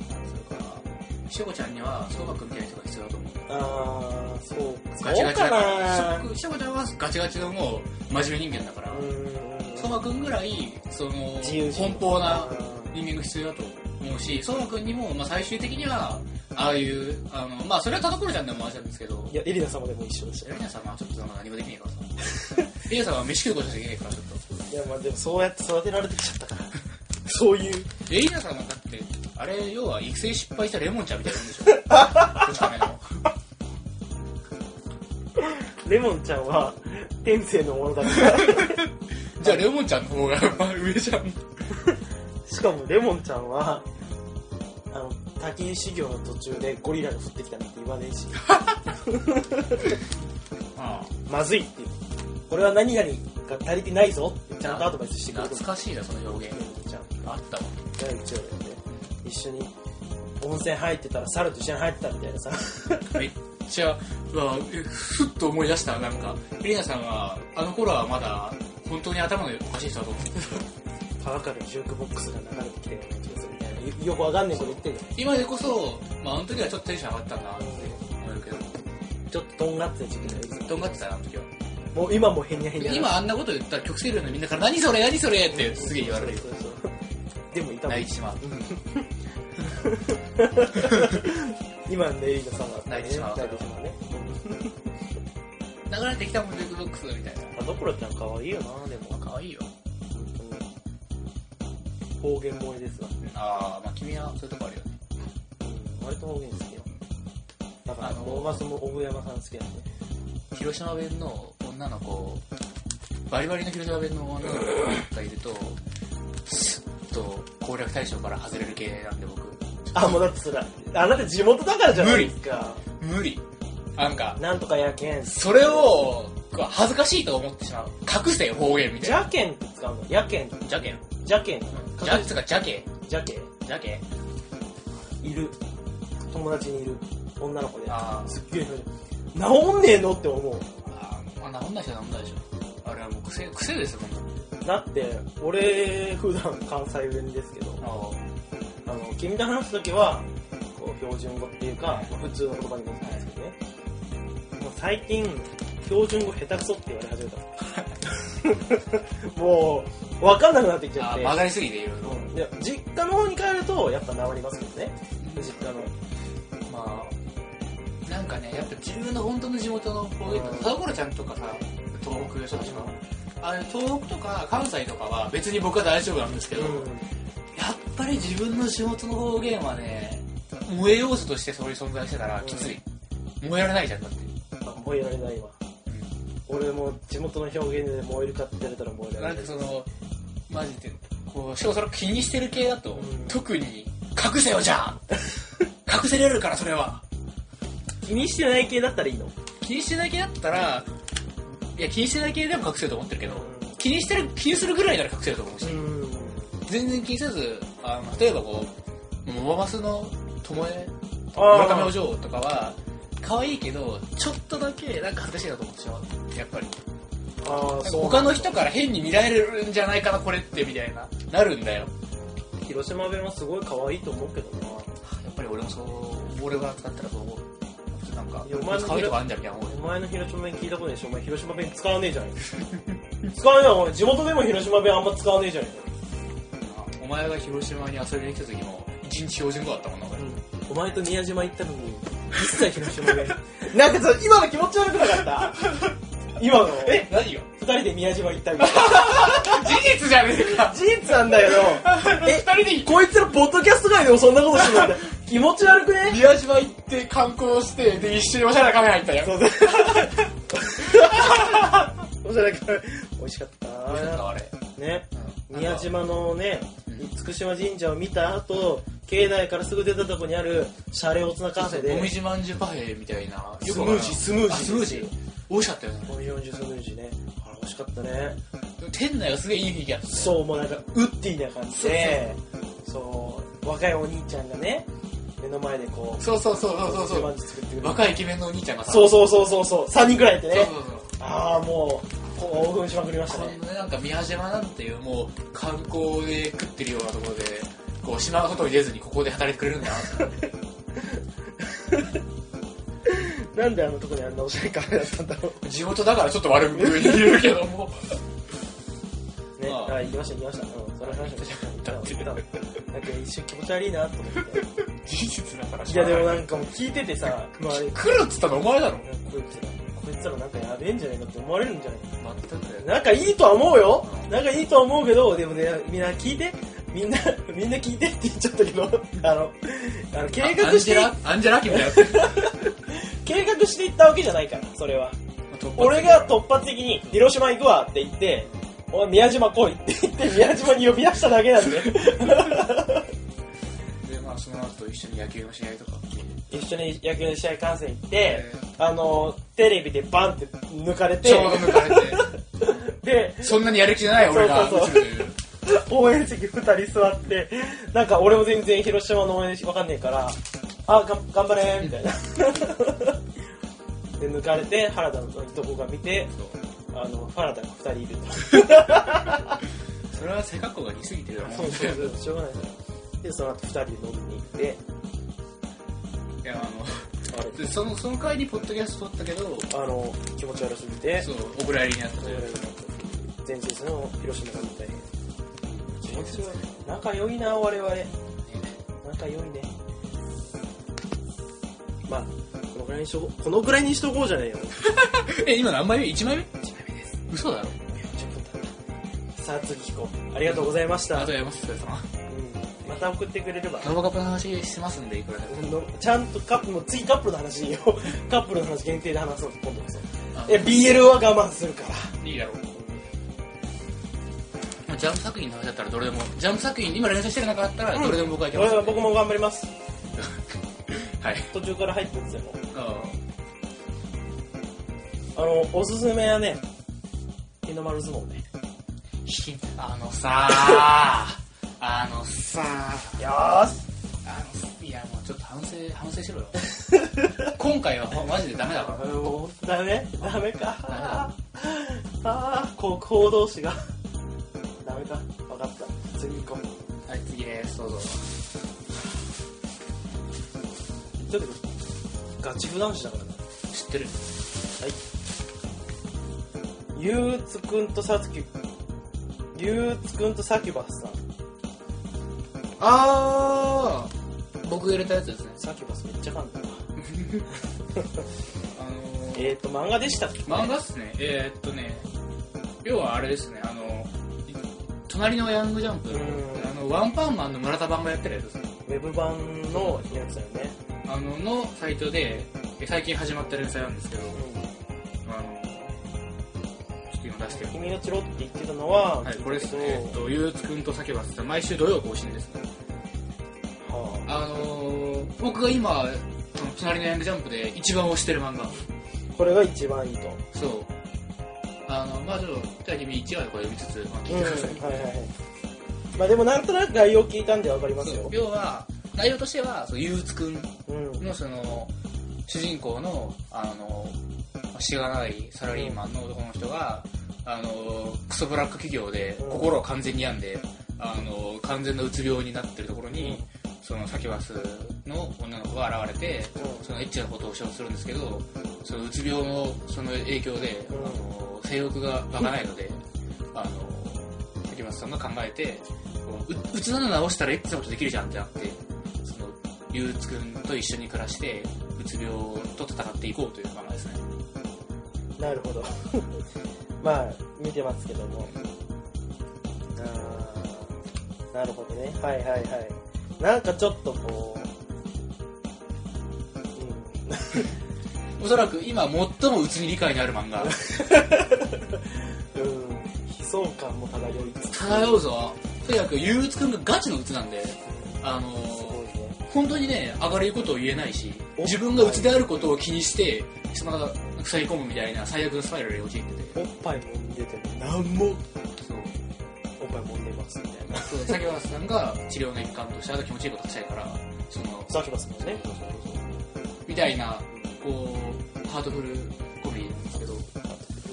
う、なんつうかな、しょこちゃんには、そうまくんみたいな人が必要だと思う。
ああそう
ガチガチ
そうか
だか。
らな
しょしょこちゃんはガチガチのもう、真面目人間だから、
うん
そうまくんぐらい、その、
自由人
奔放な人間が必要だと思うし、そうまくんにも、まあ最終的には、ああいう、あの、まあそれは田所ちゃんでも同じなんですけど、
いやエリナ様でも一緒でし
エリナさんはちょっとなんか何もできねえからさ。 *laughs* エリナさんは飯食うことしかできねえから、ちょっと。
たいやまあでもそうやって育てられてきちゃったから *laughs* そういう
エリナさんはだって、あれ、要は育成失敗したレモンちゃんみたいなも
*laughs*
んでしょ確かね
レモンちゃんは天性のものだから *laughs*
じゃあレモンちゃんの方がまあ上じゃん。
しかもレモンちゃんはあの多金修行の途中でゴリラが降ってきたなんて言わねえし
あ
まずいっていうこれは何々が足りてないぞってちゃんとアドバイスしてくれ
懐
る
かしいな、その表現。
ちゃん
あったわ。
第一話だよね一緒に温泉入ってたら猿と一緒に入ってたみたいなさ *laughs*
めっちゃ、うわ、えふっと思い出した、なんか。エリナさんは、あの頃はまだ、本当に頭のおかしい人だと思う。
川からジュークボックスが流れてきたような気がするみたいなよよくわかんねえこと言ってんじゃ
今でこそ、まああの時はちょっとテンション上がったんだなって思えるけど、
んちょっととんがってた時期だよ
とんがってたな、あの時は。
もう今もへにゃへにゃ
今あんなこと言ったら曲制るのみんなから、何それ何それってすげえ言われるよ。
そうそうそうでもいたもん
泣いてしまう。
今のエリーナさんが
泣いてしまう
泣いてしまうね
流れてきたもん、ジュークボックスみたいな。
田所ちゃん可愛いよなでも
まあ、可愛いよ。
方言萌えですわ
ああ、まあ君はそういうとこあるよね。
うん割と方言好きよ。あだから
あの
僕はその小山さん好きなんで
広島弁の女の子バリバリの広島弁の女の子がいるとスッと攻略対象から外れる系なんで僕
あもうだってそれあなた地元だからじゃないですか
無理なんか
なんとかやけん
それを恥ずかしいと思ってしまう隠せよ方言みたい
じ
な
ゃけんって使うのやけん
じゃけん
じゃけん
じゃつうかじゃけ
じゃけ
じゃけ
んいる友達にいる女の子で
あ
すっげえ治んねえのって思う
あーまあ治んない人は治んないでしょあれはもう癖癖ですよもう
だって俺普段関西弁ですけど
あ
あの君と話す時はこう標準語っていうか普通の言葉に戻すんですけどねもう最近標準語下手くそって言われ始め
*laughs*
たもう分かんなくなってきち
ー
ゃ
あ
っ
ー
て
曲がりすぎていろいろ
うんで実家の方に帰るとやっぱ治りますけどね実家の
まあなんかねやっぱ自分の本当の地元の方言
うん
田所ちゃんとかさ東北吉田島あれ東北とか関西とかは別に僕は大丈夫なんですけど、やっぱり自分の地元の方言はね燃え要素としてそういう存在してたらきつい、燃えられないじゃんだって、
あ燃えられないわ俺も地元の表現で燃えるかって言われたら燃えら
な
れ
ん
な
か
い
そのマジでこうしかもそれを気にしてる系だと、
うん
特に隠せよじゃ *laughs* あ隠せれるからそれは
気にしてない系だったらいいの
気にしてない系だったらいや気にしてない系でも隠せると思ってるけど気にしてる気にするぐらいなら隠せると思うし、
うん
全然気にせずあの例えばこうモババスの巴
あー
村上お嬢とかは可愛いけどちょっとだけなんか恥ずかしいなと思ってしまうやっぱり
ああそう
他の人から変に見られるんじゃないかなこれってみたいななるんだよ
広島弁はすごい可愛いと思うけどな
やっぱり俺もそう俺が使ったらそう思うなんか
いやお前の
可愛いとかあるんじゃんみたいな思うよ
お前の広島弁聞いたことないでしょお前広島弁使わねえじゃん使わねえよお前地元でも広島弁あんま使わねえじゃん、
お前が広島に遊びに来た時も一日標準語だったもんな俺
お前と宮島行ったのに一切広島弁 *laughs* なんかさ今の気持ち悪くなかった今の
え何よ
二人で宮島行ったみたいな
事実じゃねえか
*laughs* 事実なんだけど *laughs*
二人で行こ
こいつらポッドキャスト外でもそんなことしてたんだ *laughs* 気持ち悪く
う
ね
宮島行って観光してで一緒におしゃれなカフェ入ったよ
そう *laughs* そうおしゃれか美味しかった
美味しかったあれ
ね
うん
宮島のね
うん
厳島神社を見た後境内からすぐ出たとこにあるシャレオツなカフェ
もみ
で
じまんじゅうパフェみたいな
スムージースムージー
あスムージー美味しかったよね
おみじまんじゅうスムージーねあれ美味しかったね
店内がすげえいい雰囲気あって
そうもうなんかウッディな感じでそう若いお兄ちゃんがね目の前でこう
そうそうそうそうそう
自
そ
慢
う
自作ってくれる
若いイケメンのお兄ちゃんがさ
そうそうそうそうそう3人くらいいて
そう
ね
そうそう
ああもう興奮しまくりまし
こ
た
の
ね
ねなんか宮島なんていうもう観光で食ってるようなところでこう島の外に出ずにここで働いてくれるんだな
なんであのとこにあんなおしゃれカフェだったんだろ
地元だからちょっと悪く言うけど
*laughs*
も
うね
ああ
あ行きました行きましたうんそれ話したじ *laughs* ゃん行った行ったなんか一瞬気持ち悪いなと思って
事実だから
いやでもなんかもう聞いててさ、周りこ
来るっつったのお前だろ
いつら、こいつらなんかやべえんじゃないかって思われるんじゃないか
全くだよ
仲いいとは思うよ仲いいとは思うけど、でもね、みんな聞いて、みんな、 *laughs* みんな聞いてって言っちゃったけど、あの、あの計画して、
アンジェラアンジェラアキみたいな
計画していったわけじゃないから、それは。俺が突発的に、広島行くわって言って、お前宮島来いって言って、宮島に呼び出しただけなんで。
でまあその後一緒に野球の試合とか
一緒に野球の試合観戦行って、あの、テレビでバンって抜かれて
ち、ょうど抜かれ
で、
てそんなにやる気のない俺が
そうそうそう
映るという
応援席2人座って、なんか俺も全然広島の応援わかんねえから、あ、が頑張れーみたいな。で、抜かれて、原田のいとこが見て、あの、原田が2人いると。
それは背格好が似すぎてるよね
そうそうそう、しょうがないから。で、その後2人で飲みに行って、
いやあ
あれ
のでそのその回にポッドキャスト撮ったけど
あの、気持ち悪すぎて、
そうお蔵入りになったという
前日の広島が見たい。仲良いな、我々。仲良いね。まあ、このぐらいにしとこう。このぐらいにしとこうじゃねえよ。
え、今何枚目 ?1 枚目 ?1 枚目です。嘘だろ
さあ次聞こうありがとうございまし
あり
た、
がとうございます、お疲れ様。
うんまた送ってくれれば
ノボカップの話してますんで、いくらでも。
のちゃんとカップも次カップルの話よカップルの話限定で話そう今度こそ
あ
え BL は我慢するから
いいだろう。もうジャンプ作品の話だったらどれでも、ジャンプ作品、今連載してる中だったら、どれでも僕はいけま
俺
す。
は僕も頑張ります
はい。
途中から入ってんですよもうあ
あ
のおすすめはね日の丸相撲ね
あのさあ、あのさあ、
よーし
あの、いやもうちょっと反省、反省しろ
*laughs*
よ。今回はマジでダメだか
あ
ら。
のダメダメか
メだ
ああ国宝同士がダメか分かった次行こう
はい、次です。どうぞ。
ちょっとガチ不男子だからな
知ってる
ゆうつくんとさつきゆうつくんとさきばさん
ああ僕が入れたやつですね。
さきばさんめっちゃ簡単だな
あのー
えっ、ー、と漫画でしたっけ
漫画っすね。えー、っとね、要はあれですね、あの、隣のヤングジャンプ、
うん
あの、ワンパンマンの村田版がやってるやつですね。
ウェブ版のやつだよね、
あの、のサイトで、え最近始まった連載なんですけど、あの、ちょっと今出してる。
君のチロって言ってたのは、
はい、これですね。
け
えっ
ど
と、ゆうつくんと叫ばせた、毎週土曜更新ですね。
は
あのー、僕が今、その隣のヤングジャンプで一番推してる漫画。
あこれが一番いいと、
そう。あの、まあちょっと、じゃあ君1話でこれ読みつつ、まあ、聞いてください。
はいはいはいまあでもなんとなく概要聞いたんでわかります
そう
よ
要は、内容としては、そうゆうつくん
うん
のその、主人公の、あの、しがないサラリーマンの男の人が、あの、クソブラック企業で
うん
心を完全に病んで、あの、完全なうつ病になってるところに、その、サキバスの女の子が現れて、そのエッチなことを主張するんですけど、そのうつ病のその影響で、
うん
あの性欲が湧かないので、あの竹松さんが考えて、こうううつなの治したらエッチなことできるじゃんってなって、そのゆうつくんと一緒に暮らして、うつ病と戦っていこうという漫画ですね。
なるほど *laughs* まあ見てますけどもあーなるほどねはいはいはいなんかちょっとこう、うん、
おそらく今最もうつに理解のある漫画。
うん、悲壮感も漂いつつ
*laughs* 漂うぞ。とにかくゆうつくんがガチのうつなんで、あの
すごいね
本当にね、上がることを言えないし、
お
自分がうちであることを気にして、その中、塞ぎ込むみたいな最悪のスパイラルに陥ってて。
おっぱいもんでてもなんも
そう。
おっぱいもんでますみたいな
そう、崎原さんが治療の一環として、あと気持ちいいことしたいから、その、
さきますもんね
そうそうそうみたいな、こう、ハートフルコメディなんですけど、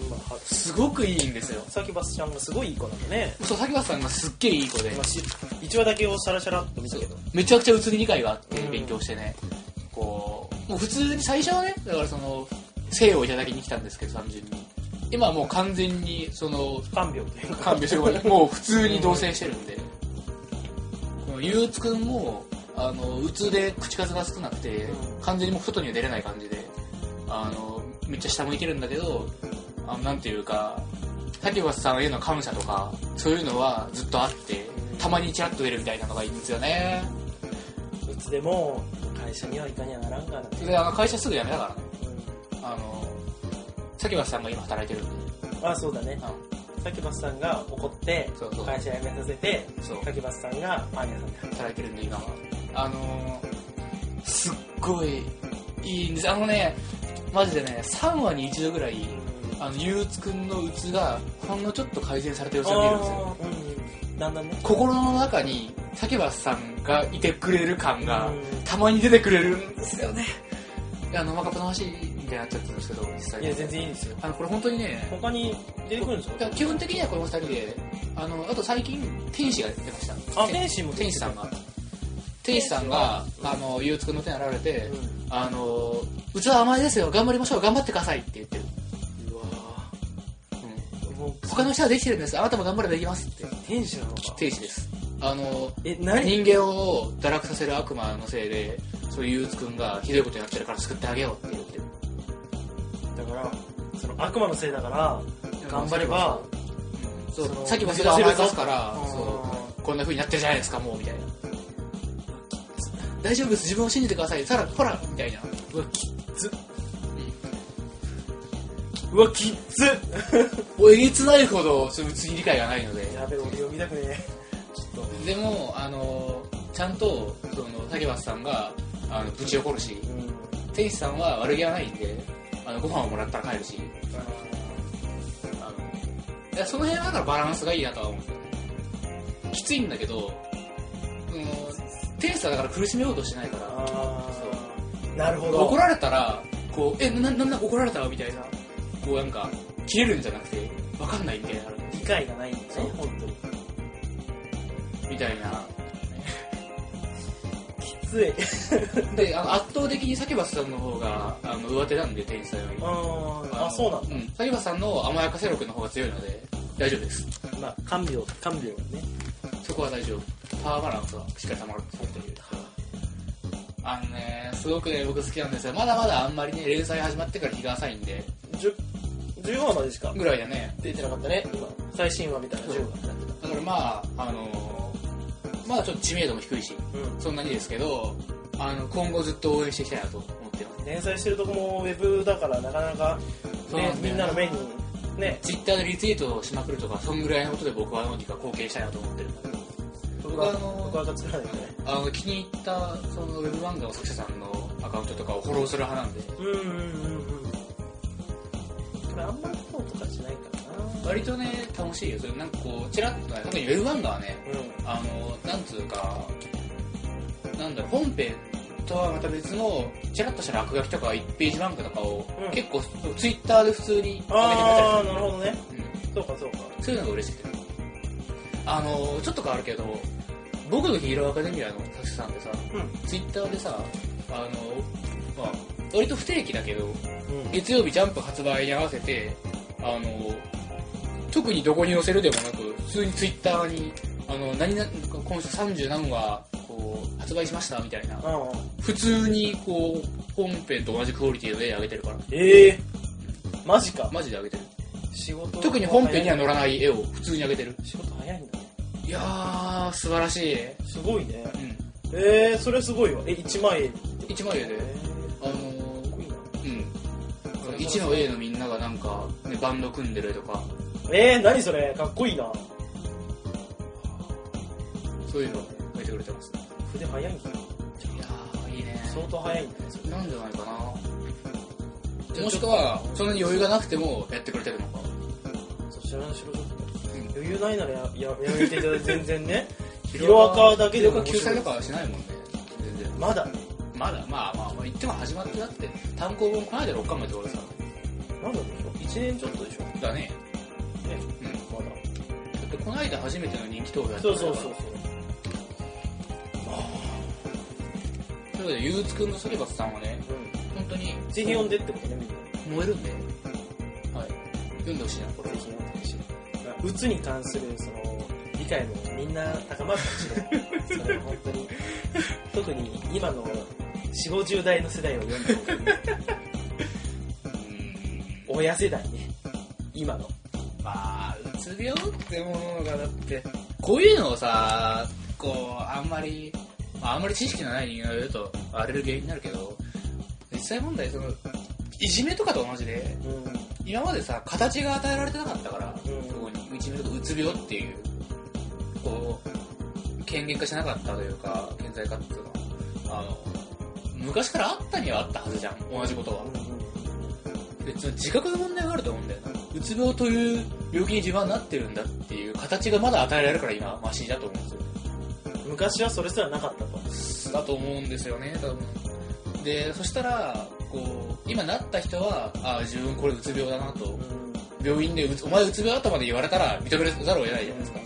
まあは
すごくいいんですよ。
さきばすちゃんがすごいいい子なんだね
そう、崎原さんがすっげえいい子で、
まあ、し1話だけをシャラシャラっと見たけど
めちゃくちゃうつり理解があって
うん
勉強してね、こうもう普通に最初はねだからその生をいただきに来たんですけど単純に今はもう完全にその
看病というか
看病してるからもう普通に同棲してるんで、このゆうつくんもあのうつで口数が少なくて、
うん
完全にもう外には出れない感じであのめっちゃ下向いてるんだけどあのなんていうか竹橋さんへの感謝とかそういうのはずっとあってたまにチラッと出るみたいなのがいいんですよね
うつでも会社には行かにゃならんからね、
であの会社すぐ辞めたからね
う
あの崎橋さんが今働いてるんで、
ん、あそうだね
う
さきばすさんが怒って
ん、そうそう
会社辞めさせて
そう
さきばすさんがパン屋さんで
働いてるんで今はあのーすっごいいいんですあのねマジでね3話に一度ぐらいあのゆうつくんのうつがほんのちょっと改善された様子が見えるんですよ
あーうんだんだんね
心の中に竹橋さんがいてくれる感が
うん
たまに出てくれるんですよねあのマカップの話みたいになっちゃったんですけど実際
いや全然いいですよ
あのこれ本当にね
他に出てくるんです
いや
か
基本的にはこの二人であのあと最近天使が出ました
あ
天
天使も出
天
てき
使さ
た
んが天使さ
天使
んが
は
あのゆうつくんの手に現れて、
うん
あのうちは甘いですよ頑張りましょう頑張ってくださいって言ってる、
うわーもう
他の人はできてるんですあなたも頑張ればできますって
天使なのか
天使ですあの
え何
人間を堕落させる悪魔のせいでそういうゆうつくんがひどいことになってるから救ってあげようって言ってる
だからその悪魔のせいだから頑張れば
うんそう
その
さっきもそれ甘やかすから
うん
そうこんな風になってるじゃないですかもうみたいな大丈夫です自分を信じてくださいさらほらみたいな
うわきっつうわきっつ
おえげつないほどそれ別に理解がないので
やべ俺読みたくねえ
でもあのちゃんとその竹橋さんがあのぶち怒るし天使さんは悪気はないんであのご飯をもらったら帰るしあのいやその辺はだからバランスがいいなとは思うんですよきついんだけど、うん、天使はだから苦しめようとしてないから
あーなるほど
怒られたらこう「えななんだ怒られた?」みたいなこうなんか切れるんじゃなくて分かんないみたいな
理解がないんです
そう
ね本当に
みたいな
きつい
であの圧倒的にサケバスさんの方があの上手なんで天使さんより
あーあ
の
そうなんだ
うんサケバスさんの甘やかせ力の方が強いので大丈夫です
まあ看病看病だね
そこは大丈夫パワーバランスはしっかり保っているあのねすごくね僕好きなんですがまだまだあんまりね連載始まってから日が浅いんで
10 10話までしか
ぐらいだね
出てなかったね今最新話見たら10話になって
だからまああのまだちょっと知名度も低いした
うん
そんなにですけど、あの、今後ずっと応援していきたいなと思ってます。
連載してるとこもウェブだからなかなか
そうな
ね
ん
み
だよな
んなの目にね
ツイッターでリツイートをしまくるとか、そんぐらいのことで僕は何か貢献したいなと思ってる。
僕
僕は
は
あの
僕は作らないとね
あの、気に入った、そのウェブ漫画の作者さんのアカウントとかをフォローする派なんで、
うんうんうんうんこれあんまりフォローとかしないからな
割とね、楽しいよ。それなんかこう、ちらっとね、特にウェブ漫画はね、
う
あの、なんつうか、なんだろう、本編とはまた別の、ちらっとした落書きとか1ページ漫画とかを、
うん
結構ツイッターで普通に上げてくれた
ああなるほどね
りする。うん
そうかそうか
そういうのが嬉しくて。あの、ちょっと変わるけど、僕のヒーローアカデミアの作者さんってさ、
うん
ツイッターでさ、あの、まあ、割と不定期だけど、
うん
月曜日ジャンプ発売に合わせて、あの、特にどこに載せるでもなく、普通にツイッターに、あの、何々、今週30何話、こう、発売しましたみたいな。
ああ
普通に、こう、本編と同じクオリティの絵上げてるから。
ええマジか
マジで上げてる。
仕事
特に本編には載らない絵を普通に上げてる。
仕事早いんだね
いやー、素晴らしい。
すごいね
うん。
ええそれすごいわえ1万円
1万円で
え、
あのー、うん。
いいな
1の A のみんながなんか、ね、バンド組んでるとか、
えー、何それかっこいいな
そういうの書いてくれてます。
筆早いんだ
いやー、いいね。
相当早いんだねそれ
なんじゃないかな。もしくは、そんなに余裕がなくてもやってくれてるのか。
そちらの仕事
うん
余裕ないならやややめていただいて全然ねヒロアカだけで
ヒロ
も
アカ
面
救
白い
済とかはしないもんね。全然。
まだ
まだ、まあまあ、まあ、言っても始まってだって、単行本こないで6巻まで終わるさ。
まだでしょ1年ちょっとでしょね
だね。うん。だ
まだ
ってこないだ初めての人気投票やって
そう
くれたか
そ
ら
うそうそう
ということで、ゆうつくんとソリバスさんはね、
うん
本当に、
ぜひ読んでってことねみんな
燃えるんで、はい、読んでほしいな、これ
ぜ。ひ読んでほしいうつに関するその理解もみんな高まるかもしれないそれは本当に特に今の4 5 0代の世代を読んでほしい親世代ね今の
まあ、うつ病ってものがだって、こういうのをさ、こう、あんまり、まあ、あんまり知識のない人間が言うと、荒れる原因になるけど、実際問題、その、いじめとかと同じで、
うん
今までさ、形が与えられてなかったから、
うん
そこに、いじめとかうつ病っていう、こう、権限化しなかったというか、顕在化っていうのは、あの、昔からあったにはあったはずじゃん、同じことは。でその自覚の問題があると思うんだよなうつ病という病気に自分はなってるんだっていう形がまだ与えられるから今マシだと思うん
昔はそれすらなかったと
ですよだと思うんですよね多分でそしたらこう今なった人はああ自分これうつ病だなと
うん
病院でうつお前うつ病だとまで言われたら認めざるを得ないじゃないですか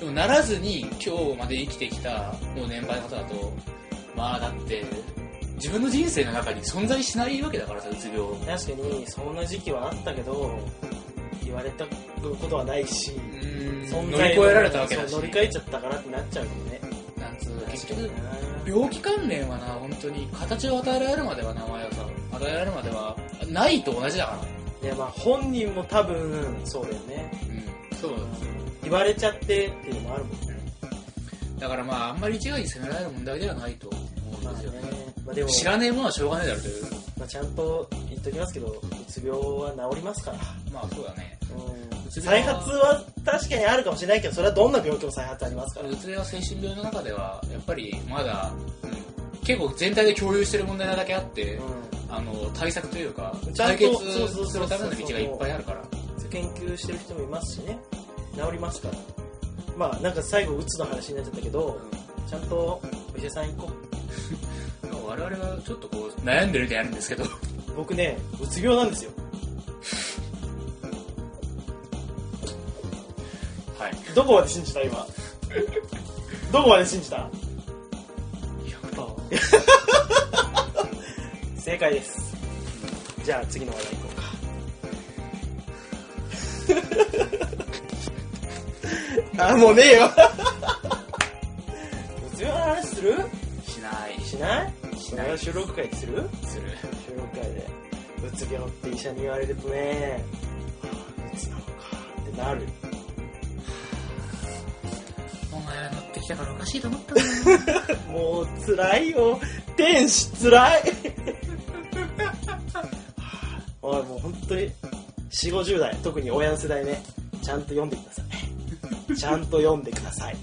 でもならずに今日まで生きてきたもう年配の方だとまあだって自分の人生の中に存在しないわけだからさうつ病
確かにそんな時期はあったけど言われたことはないし
うん
存
乗
在
り
を
越えられたわけだし
そう乗り換えちゃったからってなっちゃうよね
なんつうの結
確
局
かにな
病気関連はな本当に形を与えられるまでは名前をさ与えられるまではないと同じだからね
いやまあ本人も多分そうだよね
うんそう
言われちゃってっていうのもあるもんね
だからまああんまり一概に責められる問題ではないと思うのでことですよね。
まあでも、
知らねえものはしょうがねえだろという。
まあ、ちゃんと言っときますけど、うつ病は治りますから。
まあそうだね。
うん
うつ
再
病は
発は確かにあるかもしれないけど、それはどんな病気も再発ありますから。
うつ病は精神病の中では、やっぱりまだ、結構全体で共有してる問題なだけあって、
う
あの、対策というか、
ちゃん
解
と
決
そうそうそう
するための道がいっぱいあるから。
ん、研究してる人もいますしね、治りますから。まあ、なんか最後、うつの話になっちゃったけど、ちゃんとお医者さん行こ
まあ我々はちょっとこう、悩んでるであるんですけど、
う。僕ね、うつ病なんですよ。
はい。
どこまで信じた今。どこまで信じた
100%。
正解です。じゃあ次の話題行こうか。 *laughs* あ、もうねえよ。うつ病の話する
しない。
しない
し
こ
ない
れは収録会でする
する。
収録会で。うつ病って医者に言われるとね、あうつなのかってなる。
お前は乗ってきたからおかしいと思ったんだよ。
もう辛いよ。天使辛い。 *laughs* おい、もう本当に、4、50代、特に親の世代ね、ちゃんと読んでください。ちゃんと読んでください。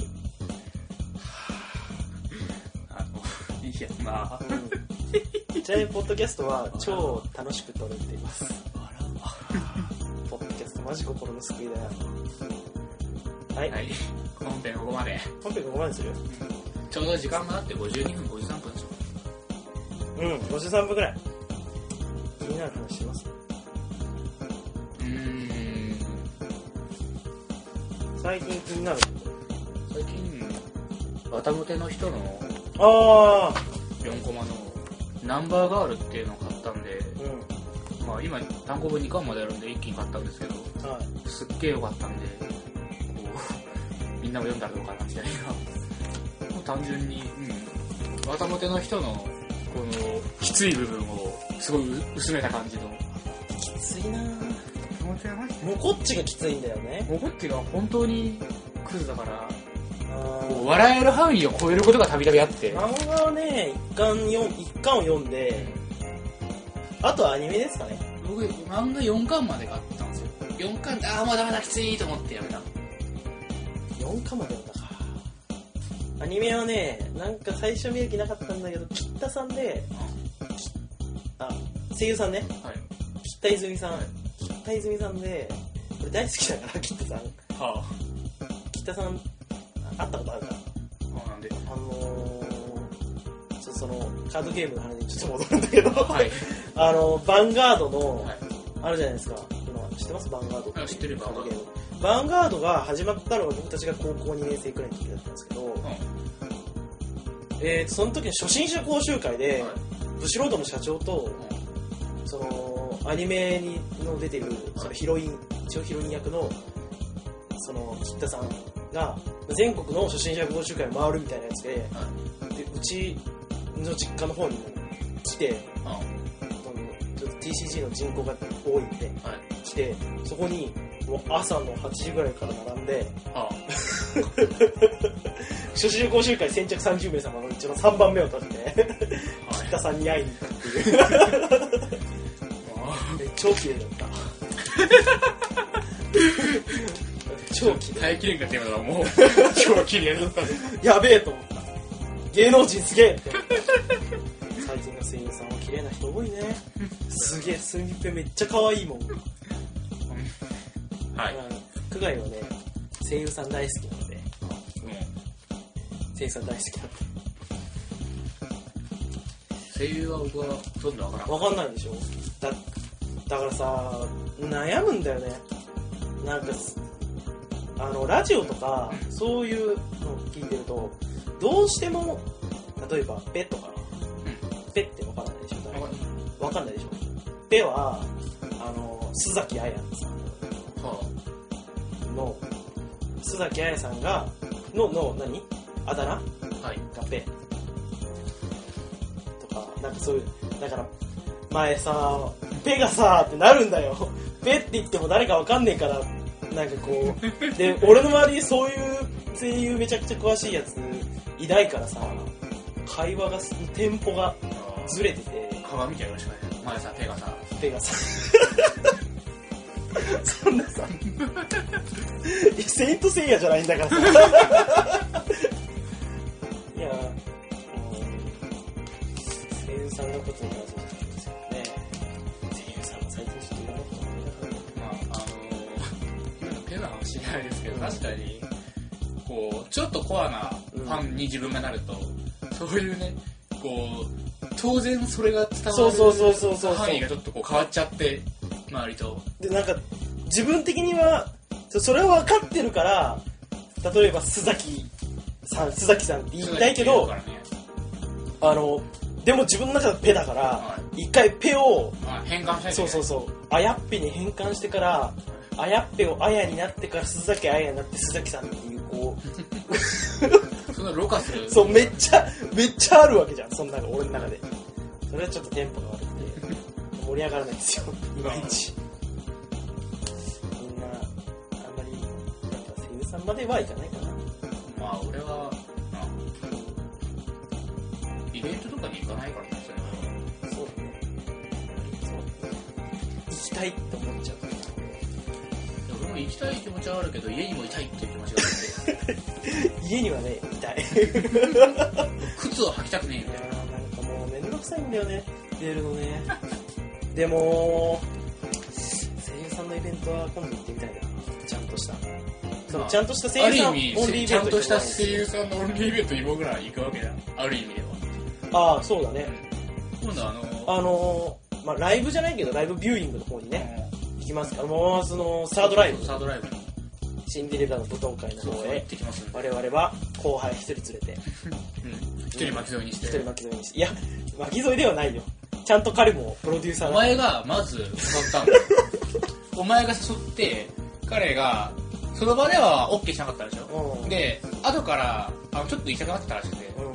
あの、いや、まあ。
うんちなみに、ポッドキャストは超楽しく撮れています。ポッドキャスト、マジ心の救いだよ。はい、
はい。本編ここまで。
本編ここまでする
ちょうど時間があって52分53分でしょ。
うん、53分くらい。気になる話します
うーん。
最近気になる。
最近、バタモテの人の
ああ
4コマのナンバーガールっていうのを買ったんで、
うん、
まあ今単行本2巻まであるんで一気に買ったんですけど、
はい。
すっげえ良かったんで、こう、みんなも読んだらどうかなみたいな。もう単純に、うん。バタモテの人の、この、きつい部分を、すごい薄めた感じの。
きついなぁ
バタモテやばい
もうこっちがきついんだよね
僕っていうのは本当にクズだから、も
漫
う笑える範囲を超えることがたびたびあって。
画はね一巻読ん一巻を読んであとはアニメですかね
僕、漫画4巻まで買ったんですよ。4巻って、ああ、まだまだきついと思ってやめた。
4巻まで読んだからアニメはねなんか最初見る気なかったんだけど吉田さんであ声優さんね
はい。
吉田泉さん吉田泉さんで俺大好きだから吉田さん
はあ。
吉田さん会ったことあるから
そうなんで。
あのー、ちょっとそのカードゲームの話にちょっと戻るんだけど
はい。
あの、ヴァンガードの、
はい。
あるじゃないですか。今、知ってますヴァンガード
あ知ってる
ヴ
ヴ
ァ
ァ
ン
ン
ガー
ガー
ド。ヴァンガードが始まったのが僕たちが高校2年生くらいの時だったんですけど、えーと、その時の初心者講習会
うん。
で、
はい
ブシロードの社長と、その、アニメにの出てる、そのヒロイン、一応ヒロイン役の、その、吉田さんが、全国の初心者講習会を回るみたいなやつで、
は
で、うちの実家の方にも来て、
うん
そのちょっと TCG の人口が多いんで、
はい
来て、そこにもう朝の8時ぐらいから並んで、
あ
初心講習会先着30名様のうちの3番目を取って、
あ。はい
北さんに会いに行くっていう。で超綺麗だった。超綺麗。
耐えきれんかった今のは
*laughs*
もう、超綺麗だった。
やべえと思った。芸能人すげえって思った。最近の声優さんは綺麗な人多いね。すげえ、すみっぺめっちゃ可愛いもん。
はい。
うん、久我井はね、声優さん大好きなので、
うん
声優さん大好きなんで。
声優は僕はほとんどわからん。
わかんないでしょだだからさ悩むんだよねなんかすあのラジオとかそういうのを聞いてるとどうしても例えば「ペ」とか「ペ」ってわからないでしょ誰
わ
か
かんない。
わかんないでしょ「ペ」はあの須崎彩さん
は
の須崎彩さんがのの何あだ名
あ。はい。
カフェとか、なんかそういう、だから、前さ、ペがさ、ってなるんだよ。 *laughs* ペって言っても誰かわかんねえから、なんかこう、で、俺の周りにそういう声優めちゃくちゃ詳しいやついないからさ、会話がすテンポがずれてて
鏡ちゃいましたね。前さ、手がさ、
*laughs* 手がさそんなさいやセイントセイヤじゃないんだからさ *laughs* いやもう声優さんのことに関するですよね声優さんも最近ちょっといろんなこと思いながら
まあ、あの、今の手なの知りないですけど、確かに、こう、ちょっとコアなファンに自分がなると、そういうね、こう、当然それが伝
そうそう
わ
そうそうそう
る範囲
そ
がちょっとこう変わっちゃって、周りと。
うでなんか自分的にはそそれは分かってるから例えば須崎さん須崎さんって言いたいけど
そうだね
あのでも自分の中ではペだから
は
一回ペを
いまあ変換した
*laughs*
い
そうそう
そ
そうあやっぺに変換してからあやっぺをあやになってから須崎あやになって須崎さんっていうこう
う。そんなろ過する。
そうめっちゃめっちゃあるわけじゃんそんなの俺の中でそれはちょっとテンポが悪くて盛り上がらないんですよいまいちみんなあんまりなんか声優さんまではいかないかな
まあ、俺は、うんイベントとかに行かないからね、それは。
そうだねそう行きたいって思っちゃう *laughs*
いや俺も行きたい気持ちはあるけど、家にもいたいっていう気持ちがあって、
家にはねいたい
靴を履きたくね
い
えみたい
や *laughs*
な。
ーなんかもうめんどくさいんだよね出るのねでも声優さんのイベントは今度行ってみたいなちゃんとしたそのちゃんとした
あ
声
る
優さん
意
オンリーイベント
味、ちゃんとした声優さんのオンリーイベントに僕ら行くわけだ。ある意味では。
ああそうだね
今度あの、
あのー、まあライブじゃないけどライブビューイングの方にね
ね、
行きますからもうそのサードライブ
サードライブに、
シンデレラの舞踏会の
そう
方
行っ
へ
てきますん
我
で。
々は後輩一人連れて
うん。一人巻き添えにし
一人
て。
巻き添えにしていや巻き添えではないよちゃんと彼もプロデューサー
お
だ
前がまず誘
*laughs*
ったんだよ。お前が誘って、彼が、その場では OK しなかったでしょ。
うん
で、後から、あの、ちょっと行きたくなってたらしくて。
うんうん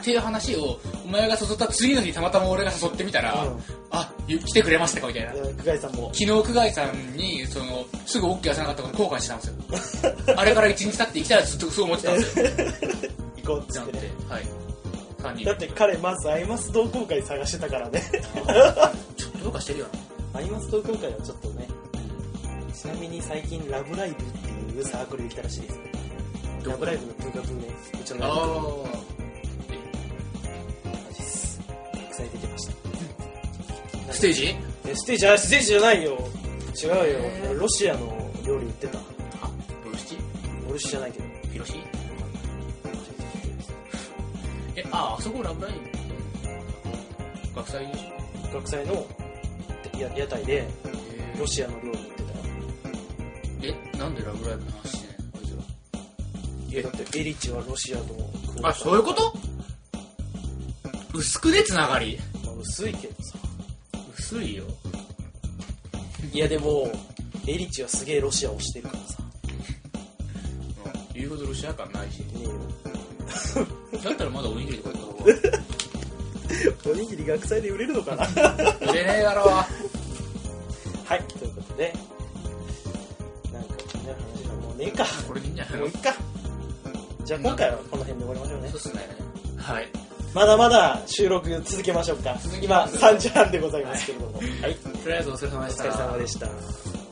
っていう話を、お前が誘った次の日たまたま俺が誘ってみたら、
うん
あ、ゆ来てくれましたかみたいな。
うん久我井さんも
昨日、久我井さんに、その、すぐ OK がしなかったこと後悔してたん *laughs* ですよ。あれから1日経って生きたらずっとそう思ってたんですよ。
行こうっ
じ
つ
ゃ
っ
んってて
ね。
はい。3人。
だって彼まずアイマス同好会探してたからね
ちょっとどうかしてるよ
*laughs*
な。
アイマス同好会はちょっとねちなみに最近「ラブライブ!」っていうサークルできたらしいですよ「ラブライブ!」のブーガブーねうちの
あ
ライブ
ー
マジです国際できました
ステージ
えステージじゃないステージじゃないよ違うよ、
えー
ロシアの料理売ってた
あ、どうし
俺知じゃないけど
ち広しえ、あ、あそこラブライブ学祭でしょ
学祭のや屋台で
え
ロシアの料理売ってた
え、なんでラブライブの話してんのこいつら。
いやだってエリチはロシアとクオ
あ、そういうこと薄くね、つながり。
まあ薄いけどさ
薄いよ。
いやでもエリチはすげえロシアをしてるからさ
言うほどロシア感ないし。
ねえよ
*laughs* だったらまだおにぎりとか言 *laughs* った
おにぎり学祭で売れるのかな
方が。売れねえだろ。
*laughs* はいということでなんか気になる話がもうねえか
これでいいんじゃない
もういっかじゃあ今回はこの辺で終わりましょうね
そうっすね。はい。
まだまだ収録続けましょうか
続け
今
ます
3時半でございますけれどもはい、
とりあえずお疲れ様
お
でした。
疲れ様でした